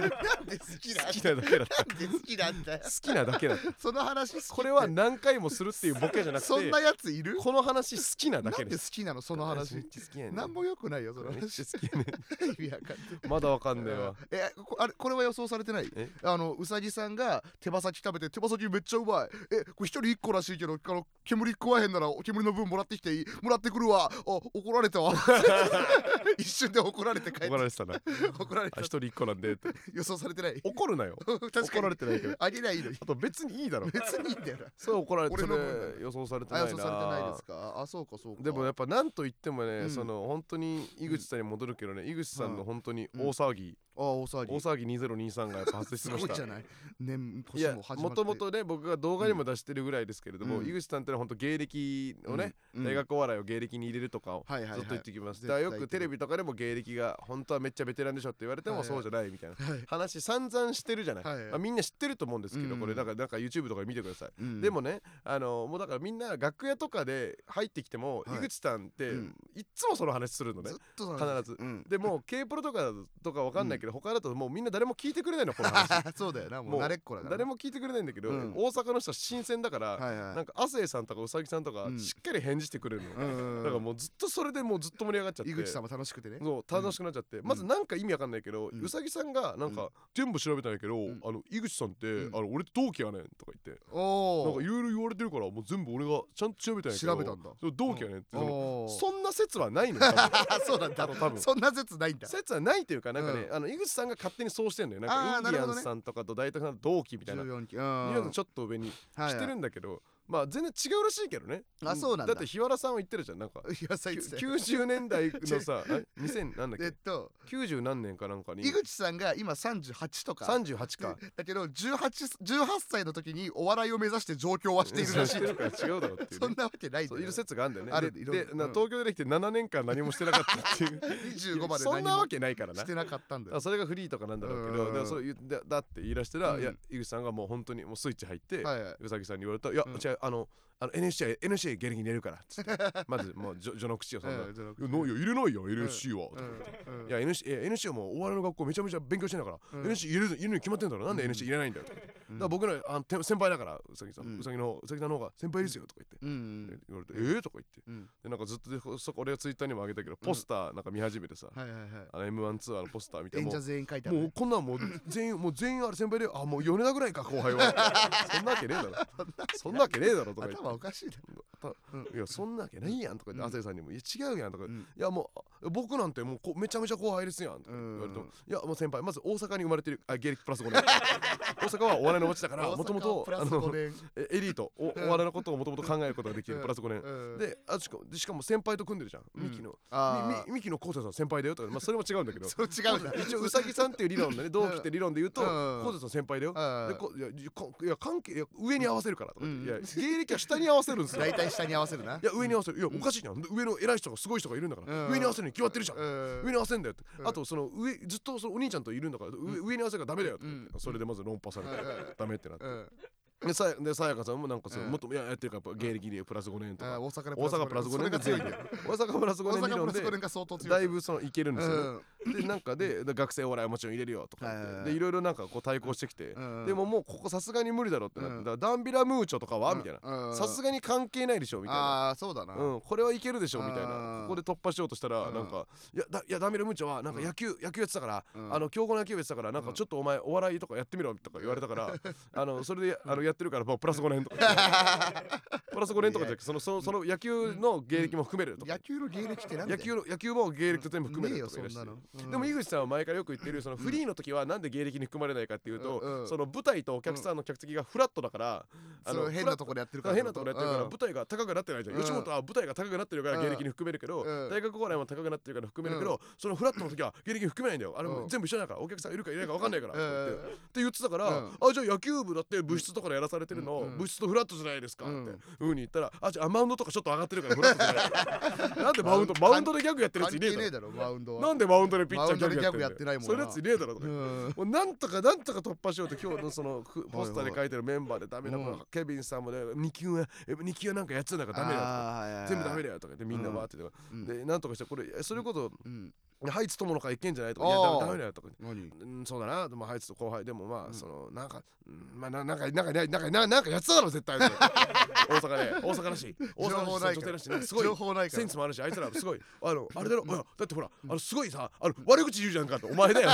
A: ね
B: なんで好きなん
A: 好
B: だ
A: きなだけだった
B: なんで好きな んだよ
A: 好きなだけだ った
B: その話好きって
A: これは何回もするっていうボケじゃなくて
B: そんなやついる
A: この話好きな
B: な
A: だ
B: ん
A: け
B: で
A: で
B: 好
A: す
B: きなのその
A: め
B: 話
A: っちゃ好きやねん
B: なんもよくないよその
A: めっち
B: 話
A: ゃ好きやねん
B: 意味わかんない
A: まだわかんないわ
B: えこあれこれは予想されてない
A: え
B: あのうさぎさんが手羽先食べて手羽先めっちゃうまいえこれ一人一個らしいけどあの煙食わへんなら煙の分もらってきていいもらってくるわあ怒られ たわ一瞬で怒られて帰っ
A: 怒ら
B: て
A: れてたなあ
B: 怒られた
A: 一人一個なんで って
B: 予想されてない
A: 怒るなよ
B: 確かに
A: 怒られてないけど
B: あげりゃ いいのに
A: あと別にいいだろ
B: 別にいいんだよな
A: そう怒られて
B: 俺
A: そ
B: の
A: れ
B: 分だよ
A: 予想されて
B: あ
A: ない
B: 予
A: な
B: 想されてないですかあそうかそうか
A: でもやっぱなんと言ってもね、
B: うん
A: その本当に井口さんに戻るけどね、井口さんの本当に大騒ぎ、
B: あ大騒ぎ
A: 大騒ぎ2023がやっぱ発生し
B: す
A: ま
B: ご
A: し
B: い
A: た
B: じゃない年
A: い
B: 年
A: や
B: も始
A: も
B: まって
A: ともとね僕が動画にも出してるぐらいですけれども、
B: うん
A: 井口さんってのは本当芸歴をね、
B: うん
A: 大学お笑いを芸歴に入れるとかを
B: はいはいは
A: ず
B: い
A: っと言ってきます、
B: 絶対
A: だからよくテレビとかでも芸歴が本当はめっちゃベテランでしょって言われても
B: はいはい
A: そうじゃないみたいな、
B: はい
A: 話散々してるじゃない、
B: はいはい
A: まあみんな知ってると思うんですけど、
B: うん
A: これだからなんか YouTube とかで見てください
B: うん
A: でもねあのもうだからみんな楽屋とかで入ってきても、
B: はい
A: 井口さんって、
B: うん
A: いっつもその話するのね
B: ずっとその話
A: 必ず
B: うん
A: でも k p r o とかとかわかんないけど、他だともうみんな誰も聞いてくれないのこの話
B: そう だよなも
A: も
B: う
A: う
B: 慣れっこだから
A: 誰も聞いてくれないんだけど、
B: うん
A: 大阪の人は新鮮だから、
B: はいはい
A: なんか亜生さんとかうさぎさんとか
B: うん
A: しっかり返事してくれるの、
B: うんうんうん
A: だからもうずっとそれでもうずっと盛り上がっちゃって
B: 井口さんも楽しくてね
A: そう楽しくなっちゃって、まずなんか意味わかんないけど、うんさぎさんがなんか、
B: う
A: 全部調べたんやけど、
B: ん
A: あの井口さんって、
B: うん
A: あの俺同期やねんとか言って
B: お
A: なん
B: お
A: かいろいろ言われてるからもう全部俺がちゃんと調べたんやけど
B: 調べたんだ
A: そう同期やねんって、その
B: おー
A: そんな説はないの よ多分
B: そうなんだ
A: あの多分
B: そんな説ないんだ
A: 説はないというかなんかね、
B: う
A: あの井口さんが勝手にそうしてんのよなんか
B: あー
A: インデ
B: なる
A: ィ
B: ほ
A: ア
B: ど
A: ン
B: ね
A: スさんとかと大徳さんの同期みたいなインデ
B: 14期
A: ィアン
B: う
A: ス
B: ん
A: ちょっと上にし
B: はい
A: て
B: は
A: る
B: い
A: んだけど、まあ全然違うらしいけどね
B: あそうなんだ
A: だって日原さんは言ってるじゃんなんか
B: いやさ
A: き
B: 言
A: ゅ
B: ってたよ
A: 90年代の さえ2000なんだっ
B: えっ
A: け
B: と
A: 90何年かなんかに
B: 井口さんが今38とか
A: 38か
B: だけど 18, 18歳の時にお笑いを目指して上京はしているらしい
A: 知ってるから違うだろっていう
B: そ
A: ね
B: んなわけないんだ
A: そ
B: よ
A: ういる説があるんだよね。
B: ある
A: で
B: いろんな
A: でな
B: うん
A: 東京出てきて7年間何もしてなかったっていう
B: 25まで
A: そん
B: 何
A: な
B: も
A: わけないからな
B: し
A: だ
B: てなかったんだ
A: から
B: よ
A: それがフリーとかなんだろうけ
B: うんうんう
A: ど
B: ん
A: でもそれ言うだだって言い出したら、
B: うん
A: いや井口さんがもう本当にもうスイッチ入って、
B: はいはいう
A: さぎさんに言われたら「いや、
B: うん
A: 違うあのあの NSC は NSC ゲルギ入れるから」っ つってまずもう序序の口をそんな「いやないよ
B: よ、
A: 入れないよ NSC は」
B: うんうん
A: いや NSC, いや NSC はもうお笑いの学校めちゃめちゃ勉強してんだから、
B: うん
A: NSC 入れる入れるに決まってんだろなんで
B: うん
A: NSC 入れないんだよ、とか言って
B: うん
A: だから僕らあのて先輩だからうさぎさん、
B: うん
A: うさぎのうさぎさんの方が先輩ですよとか言って、
B: うん
A: 言われて「えー?」とか言って
B: うん
A: でなんかずっとでほそこ俺がツイッターにもあげたけどポスターなんか見始めてさ、
B: はいはいはい
A: あの M1 ツアーのポスター見て
B: 演
A: も
B: 者
A: う
B: 全員書いてある
A: も
B: ね
A: うこんなんもう全員もう全員あれ先輩であもう米田ぐらいか後輩は そんなわけねえだろそんなわけねえだろとか言って
B: 頭おかしいだろ
A: た
B: うん
A: いやそんなわけないやんとか言って
B: うん
A: 亜生さんにも「いや違うやん」とか言って
B: うん
A: いやもうあ僕なんてもうこめちゃめちゃ後輩ですやん」とか 言われても
B: うん
A: 「いやもう先輩まず大阪に生まれてるあ芸歴プラス5年 大阪はお笑いの持ちだからもとも
B: 大阪は
A: と
B: プラス5年
A: エエリートおお笑いのことをもともと考えることができるプラス5年
B: うん
A: であしかもでしかも先輩と組んでるじゃん、
B: うん
A: ミキのみ
B: あ
A: みミキの昴生さん先輩だよとか、まあ、それも違うんだけど
B: あそう違うんだ
A: 一応うさぎさんっていう理論だね同期って理論で言うと
B: うん
A: 昴生さん先輩だよ
B: うん
A: でこいやこいや関係いや上に合わせるからとか言って、
B: う
A: い
B: ん
A: や芸歴は下に合わせるんですよい
B: 大体下に合わせるな
A: や上に合わせるいやおかしいじゃん上の偉い人がすごい人がいるんだから、
B: うん
A: 上に合わせるに決まってるじゃん、
B: うん
A: 上に合わせんだよって、
B: うん
A: あとその上ずっとそのお兄ちゃんといるんだから、上上に合わせるからダメだよって、
B: うん
A: それでまず論破されて、
B: うん
A: ダメってなって、
B: うん
A: でさやでさやかさんもなんかその、
B: うん
A: もっといややってるからやっぱ芸歴でプラス5年と
B: あ
A: か
B: あ大阪で
A: 大阪プラス
B: そ
A: 5
B: れ
A: 年で
B: が強いんだよ
A: 大阪プラス
B: 大
A: 5年理
B: 阪プ
A: 論
B: ラス
A: で
B: 5年が相当強い
A: だいぶそのいけるんですよね、
B: うん
A: でなんかでで学生お笑いはもちろん入れるよとか言って
B: はいはいはい
A: でいろいろなんかこう対抗してきて、
B: うん
A: でももうここさすがに無理だろってなって、
B: うん
A: だからダンビラムーチョとかは、みたいな
B: な
A: さすがに関係ないでしょみたいな。
B: ああそうだな
A: うん、これはいけるでしょみたいな
B: あー
A: ここで突破しようとしたら、
B: うん
A: なんかいやだいやダンビラムーチョはなんか野球、野球やってたから、
B: うん
A: あの強豪の野球やってたからなんかちょっとお前お笑いとかやってみろとか言われた から、あのそれであのやってるからもうプラス5年とかプラス5年とかじゃなくてそのそのその野球の芸歴も含めるとか
B: 野球の芸歴ってなんだ
A: 野
B: よ
A: 球の野球も芸歴と全部含め
B: ねえ
A: る
B: よ
A: とか
B: そ
A: 言い出
B: ん
A: して
B: なの
A: でも井口さんは前からよく言って るそのフリーの時はなんで芸歴に含まれないかっていうと、
B: うんうん
A: その舞台とお客さんの客席がフラットだから、
B: その変なとこでやってる
A: フ
B: か
A: ラッ
B: ら
A: 変なところやってるから
B: うん
A: 舞台が高くなってないじゃん、
B: うん
A: 吉本は舞台が高くなってるから
B: うん
A: 芸歴に含めるけど、
B: うん
A: 大学お笑いも高くなってるから含めるけど、そのフラットの時は芸歴に含めないんだよあれ
B: うん
A: 全部一緒だからお客さんいるかいないか分かんないから、って言って
B: うん
A: って言ってたから、
B: う
A: あじゃあ野球部だって部室とかでやらされてるの、
B: うんうん
A: 部室とフラットじゃないですかって、
B: うん
A: ふうに言ったらあじゃあマウンドとかちょっと上がってるからフラットじゃ ないなんでマウンドマウンドでギャグやってるや
B: 関
A: ついねえ
B: 係
A: だろ
B: ねえだろマウンドは
A: なんでマウンドでピッチャーギャグやってんだ
B: マ
A: よ
B: ウンドでギャグやってないもんな
A: それやついねえだろとか
B: う
A: 言っても
B: ん
A: うなんとかなんとか突破しようと今日のそのふポスターで書いてるメンバーでダメだ
B: うん
A: このケビンさんもね二級はえ二級はなんかやってんだからダメだとか
B: だ
A: 全部ダメ
B: だ
A: だよとか言ってみんなわーって言って
B: うん
A: でなんとかしてこれえそれこそ
B: うん
A: ハイツ友の会いけんじゃないとかいや
B: あー
A: ダメダメだよとか言って
B: 何
A: うんそうだなでもハイツと後輩でもま
B: う
A: あ
B: ん
A: そのなんかうんまあななんかなんかなんかなんかなんかやってただろ絶対大阪で大阪らしい大
B: 情
A: 阪
B: 報な
A: ら
B: い
A: しい
B: か
A: 女性
B: ら
A: らしいなんかすごい
B: 情報ないか
A: セ
B: ら
A: ンスもあるしあいつらす ごいあのあれだろ、いやだってほらあのすごいさあの悪口言うじゃんかってお前だよ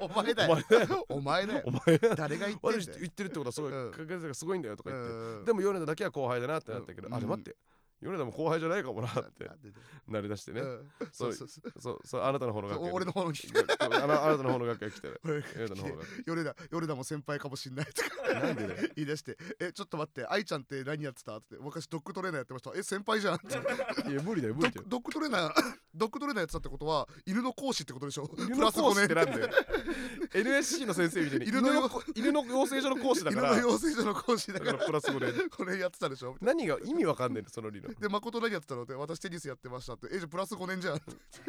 B: お前だ
A: お
B: よ
A: 前だよ
B: お前だよ
A: お前だよ
B: 誰が言って
A: 悪
B: ん
A: 口
B: だよ
A: 言ってるってことはすごい
B: うん
A: 確率がすごいんだよとか言って、
B: うん
A: でもヨネダだけは後輩だなってなったけど、
B: うん
A: あれ待ってヨネダも後輩じゃないかもなって
B: なんでだよ
A: なりだしてね、
B: うんそうそうそう
A: そうそうあなたの方の学園
B: 俺の方の
A: いやあなあなたの方の学園来 てる
B: 俺
A: ヨネ
B: が
A: ダの方の学
B: ヨだヨレダも先輩かもしんないとか
A: なんでだよ
B: 言い出して「えちょっと待って愛ちゃんって何やってた?」って昔ドッグトレーナーやってました「え先輩じゃん」って
A: 園いや無理だよ無
B: ド
A: 理だよ
B: ッドッグトレー ナードッグトレーナーやってたってことは犬の講師ってことでしょ
A: 犬
B: プ
A: の
B: ラス
A: 講師
B: 5
A: って
B: 年
A: なんだ よ NSC の先生みたいに犬
B: 犬
A: の
B: の
A: よ犬の養成所の講師だか
B: 犬
A: ら
B: の養成所の講師だ
A: だ
B: か
A: かららプラス5年
B: これやってたでしょ
A: 何が意味わかんないのその理論
B: で誠何やってたのって私テニスやってましたってえじゃあプラス5年じゃん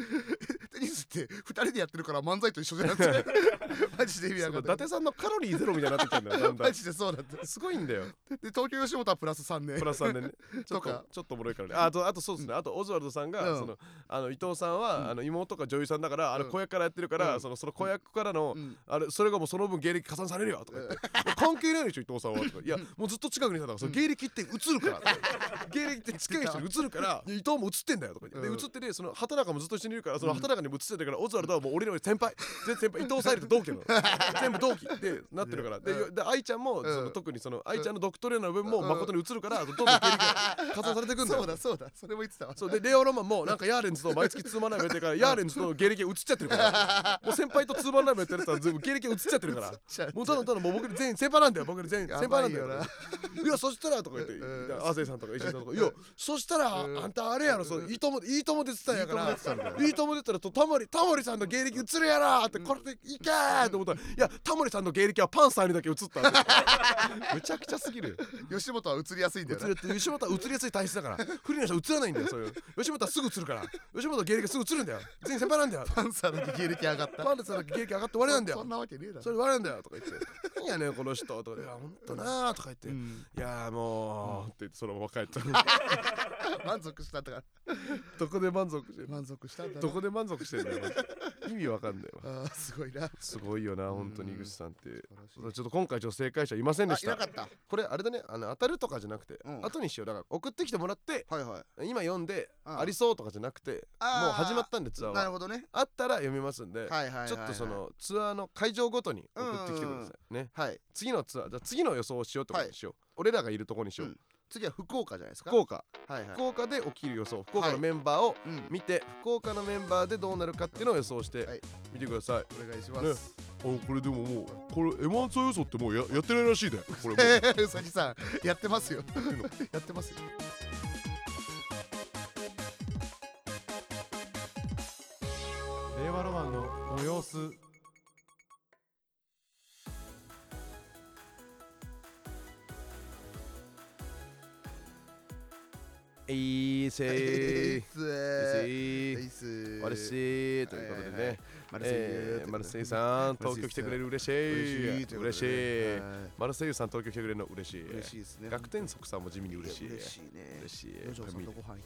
B: テニスって2人でやってるから漫才と一緒じゃな くてマジで意味
A: そ
B: な
A: の
B: か
A: 伊
B: った
A: 達さんのカロリーゼロみたいになってきてんだよだんだ
B: マ
A: ん
B: ジでそうだって
A: すごいんだよ
B: で東京吉本はプラス3年
A: プラス3でねちょっと
B: とか
A: ちょっとおもろいからねああとあとそうですねあとオズワルドさん
B: う
A: が
B: ん
A: そのあの伊藤さんはあの妹が女優さんだからあの
B: うん
A: 子役からやってるから
B: うん
A: そのその子役からの
B: うん
A: あれそれがもうその分芸歴加算されるよとか言って関係ないでしょ伊藤さんはとか いやもうずっと近くにいたんだからその芸歴って映るからとか芸歴って近い人に映るからいや伊藤も映ってんだよとか言ってで
B: うん
A: 映っててその畑中もずっと一緒にいるからその畑中に部映してるからオズワルドはもう俺の先輩全先 輩伊藤沙莉と同期なの全部同期でなってるからで
B: う
A: で愛ちゃんもその、
B: うん
A: 特にその愛ちゃんのドクトレーナーの部分も
B: うん
A: 誠に映るから、どんどん経験が加算されてくんだよ
B: そうだそうだそれも言ってたわ
A: そうでレオロマンもなんかヤーレンズと毎月ツーマンライブやってるからヤーレンズとの芸歴が移っちゃってるからもう先輩とツーマンライブやってるやつは全部芸歴が移っちゃってるからもうただただもう僕全員先輩なんだよ僕全員先輩なんだよ
B: やばいよ
A: いやそしたらとか言って
B: うん
A: 亜生さんとか石井さんとかいやそしたら
B: うん
A: あんたあれやろそのいいともいいとも出てたんやから
B: いいとも出てたんだよ
A: いいとも出てたらとタモリタモリさんの芸歴移るやろってこれでいけーって思ったらいやタモリさんの芸歴はパンサーにだけ移ったって むちゃくちゃすぎるよ
B: 吉本は映りやすいんだよ
A: 映
B: な
A: るって吉本は映りやすい体質だから不利な人は映らないんだよそういう吉本はすぐ映るから吉本は芸歴がすぐ映るんだよ全員先輩なんだよ
B: パンサーだけ芸歴上がった
A: パンダさんだけ芸歴上がって終わりなんだ
B: そ
A: よ
B: んなわけねえだろ
A: それ悪いんだよとか言って「何やねんこの人」とか言って「いやほんとな」とか言って「
B: う
A: い
B: ん
A: やーもう」って言ってそのまま帰った
B: 満足したんだから
A: どこで満足して
B: 満足したんだ
A: ど
B: な
A: こで満足してんだよマジ意味わかんないわ
B: あーすごいな
A: すごいよな本当に井口さんってちょ
B: 素
A: っと今回女性会社いませんで
B: 晴ら
A: し
B: しいあいな
A: た
B: かった
A: これあれだねあの当たるとかじゃなくて、
B: うん
A: 後にしようだから送ってきてもらって
B: はいはい
A: 今読んで、
B: うん
A: ありそうとかじゃなくて
B: あー
A: もう始まったんでツアー
B: なる
A: は
B: ほどね
A: あったら読みますんで、
B: はいはいはいはい
A: ちょっとそのツアーの会場ごとに送ってきてくださいね
B: はい
A: 次のツアーじゃあ次の予想をしようってことにしよう、俺らがいるとこにしよう、
B: うん次は福岡じゃないですか
A: 福岡
B: はいはい
A: 福岡で起きる予想福岡のメンバーを
B: うん
A: 見て、福岡のメンバーでどうなるかっていうのを予想して
B: はい
A: 見てください、
B: お願いします
A: あこれでももうこれ M1 総予想ってもうややってないらしいでこれも
B: え ーうさぎさんやってますよ やってますよ
D: 令和ロマンのご様子
A: いいせーいいせ
B: ー
A: ー
B: いせー
A: われしいということでね、
B: はいはいマルセイユ
A: えーマルセイユさん東京来てくれる嬉し
B: 嬉し
A: い
B: いということで
A: 嬉しい
B: は
A: マルセイユさん東京来てくれるの嬉しい
B: い嬉しいですね
A: 学天即さんも地味に嬉しい
B: 嬉しいね
A: 嬉しい
B: 四条さんとご飯行きたい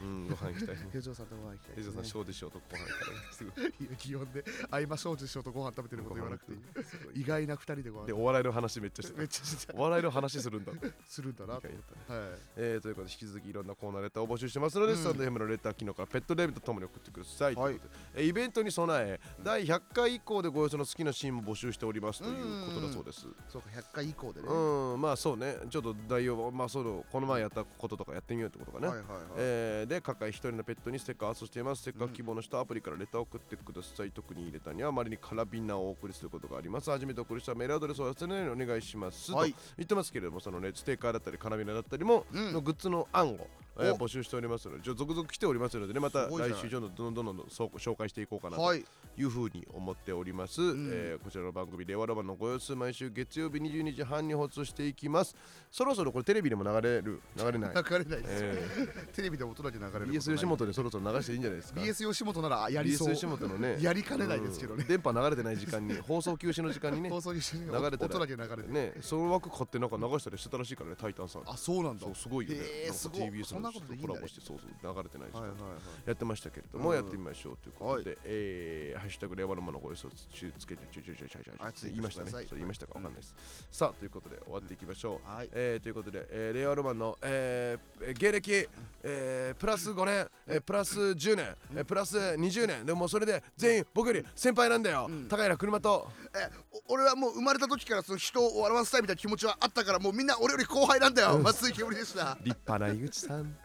A: うんご飯 行きたい
B: 四条さんとご飯行きたい
A: 平
B: で
A: 常
B: すね
A: さん 小でしょうとご飯行きたいすぐ
B: 気温で 合間庄司師匠とご飯食べてること言わなくていい意外な二人でご飯
A: でお笑いの話めっちゃして
B: めったちゃして
A: お笑いの話するんだって
B: するんだな
A: 理
B: と
A: 解だったね
B: はい
A: えーということで引き続きいろんなコーナーレターを募集してますので、
B: うん
A: スタンド FM のレター機能からペットレビューとともに送ってください、
B: は
A: とい
B: い
A: うことでえーイベントに備え第100回以降でご予想の好きなシーンも募集しておりますということだそうです
B: そうか100回以降でねは
A: うんまあそうねちょっと代用はまあそうこの前やったこととかやってみようってことか
B: い
A: ね、
B: はいはい
A: えーで各界一人のペットにステッカーを発送していますステッカー希望の人はアプリからレターを送ってください、特に入れたにはあまりにカラビナをお送りすることがあります初めてお送りしたメールアドレスを忘れないようにお願いします、
B: はい
A: と言ってますけれどもそのねステッカーだったりカラビナだったりも、
B: うん
A: のグッズの案を、えー
B: お
A: 募集しておりますのでちょ続々来ておりますのでねまた
B: すごいじゃ
A: 来
B: ない
A: 週どんどんどんどんどんそう紹介していこうかなと
B: はい
A: いうふうに思っております、
B: ん
A: えーこちらの番組「令和ロマン」のご様子毎週月曜日22時半に放送していきますそろそろこれテレビでも流れる流れない、
B: 流れないですよ
A: え
B: テレビで音だけ流れるこ
A: ー、
B: と
A: BS 吉
B: ない
A: 本でそろそろ流していいんじゃないですか
B: BS 吉本ならやりそう
A: BS 吉本のね
B: やりかねないですけどね
A: うん電波流れてない時間 に放送休止の時間にね
B: 放送にして
A: 流れてない
B: 音だけ流れて
A: ねその枠買ってなんか流したりしてたらしいからねタイタンさん
B: あそうなんだ
A: そうすごいよねな
B: へー
A: んか
B: すごい
A: TBS
B: そんな
A: の
B: こと
A: 人
B: で
A: と
B: きん
A: コ
B: だね
A: ラボしてそうそう流れてない時
B: はい
A: 間
B: はい
A: に
B: はい
A: やってましたけれども、
B: うん
A: やってみましょうということで、えーハッシュタグレバノマのご予想つけてちょいちょいちょいちょいちょい
B: あツイート
A: 言いましたね
B: してください
A: そう言いましたかわかんないです、さあということで終わっていきましょう、
B: はい
A: えーということで、えー令和ロマンの、えーえー芸歴、えープラス5年、えープラス10年、えープラス20年でもうそれで全員僕より先輩なんだよ、高平車と
B: えお俺はもう生まれた時からその人を笑わせたいみたいな気持ちはあったからもうみんな俺より後輩なんだよ松井けむりでした
A: 立派な井口さん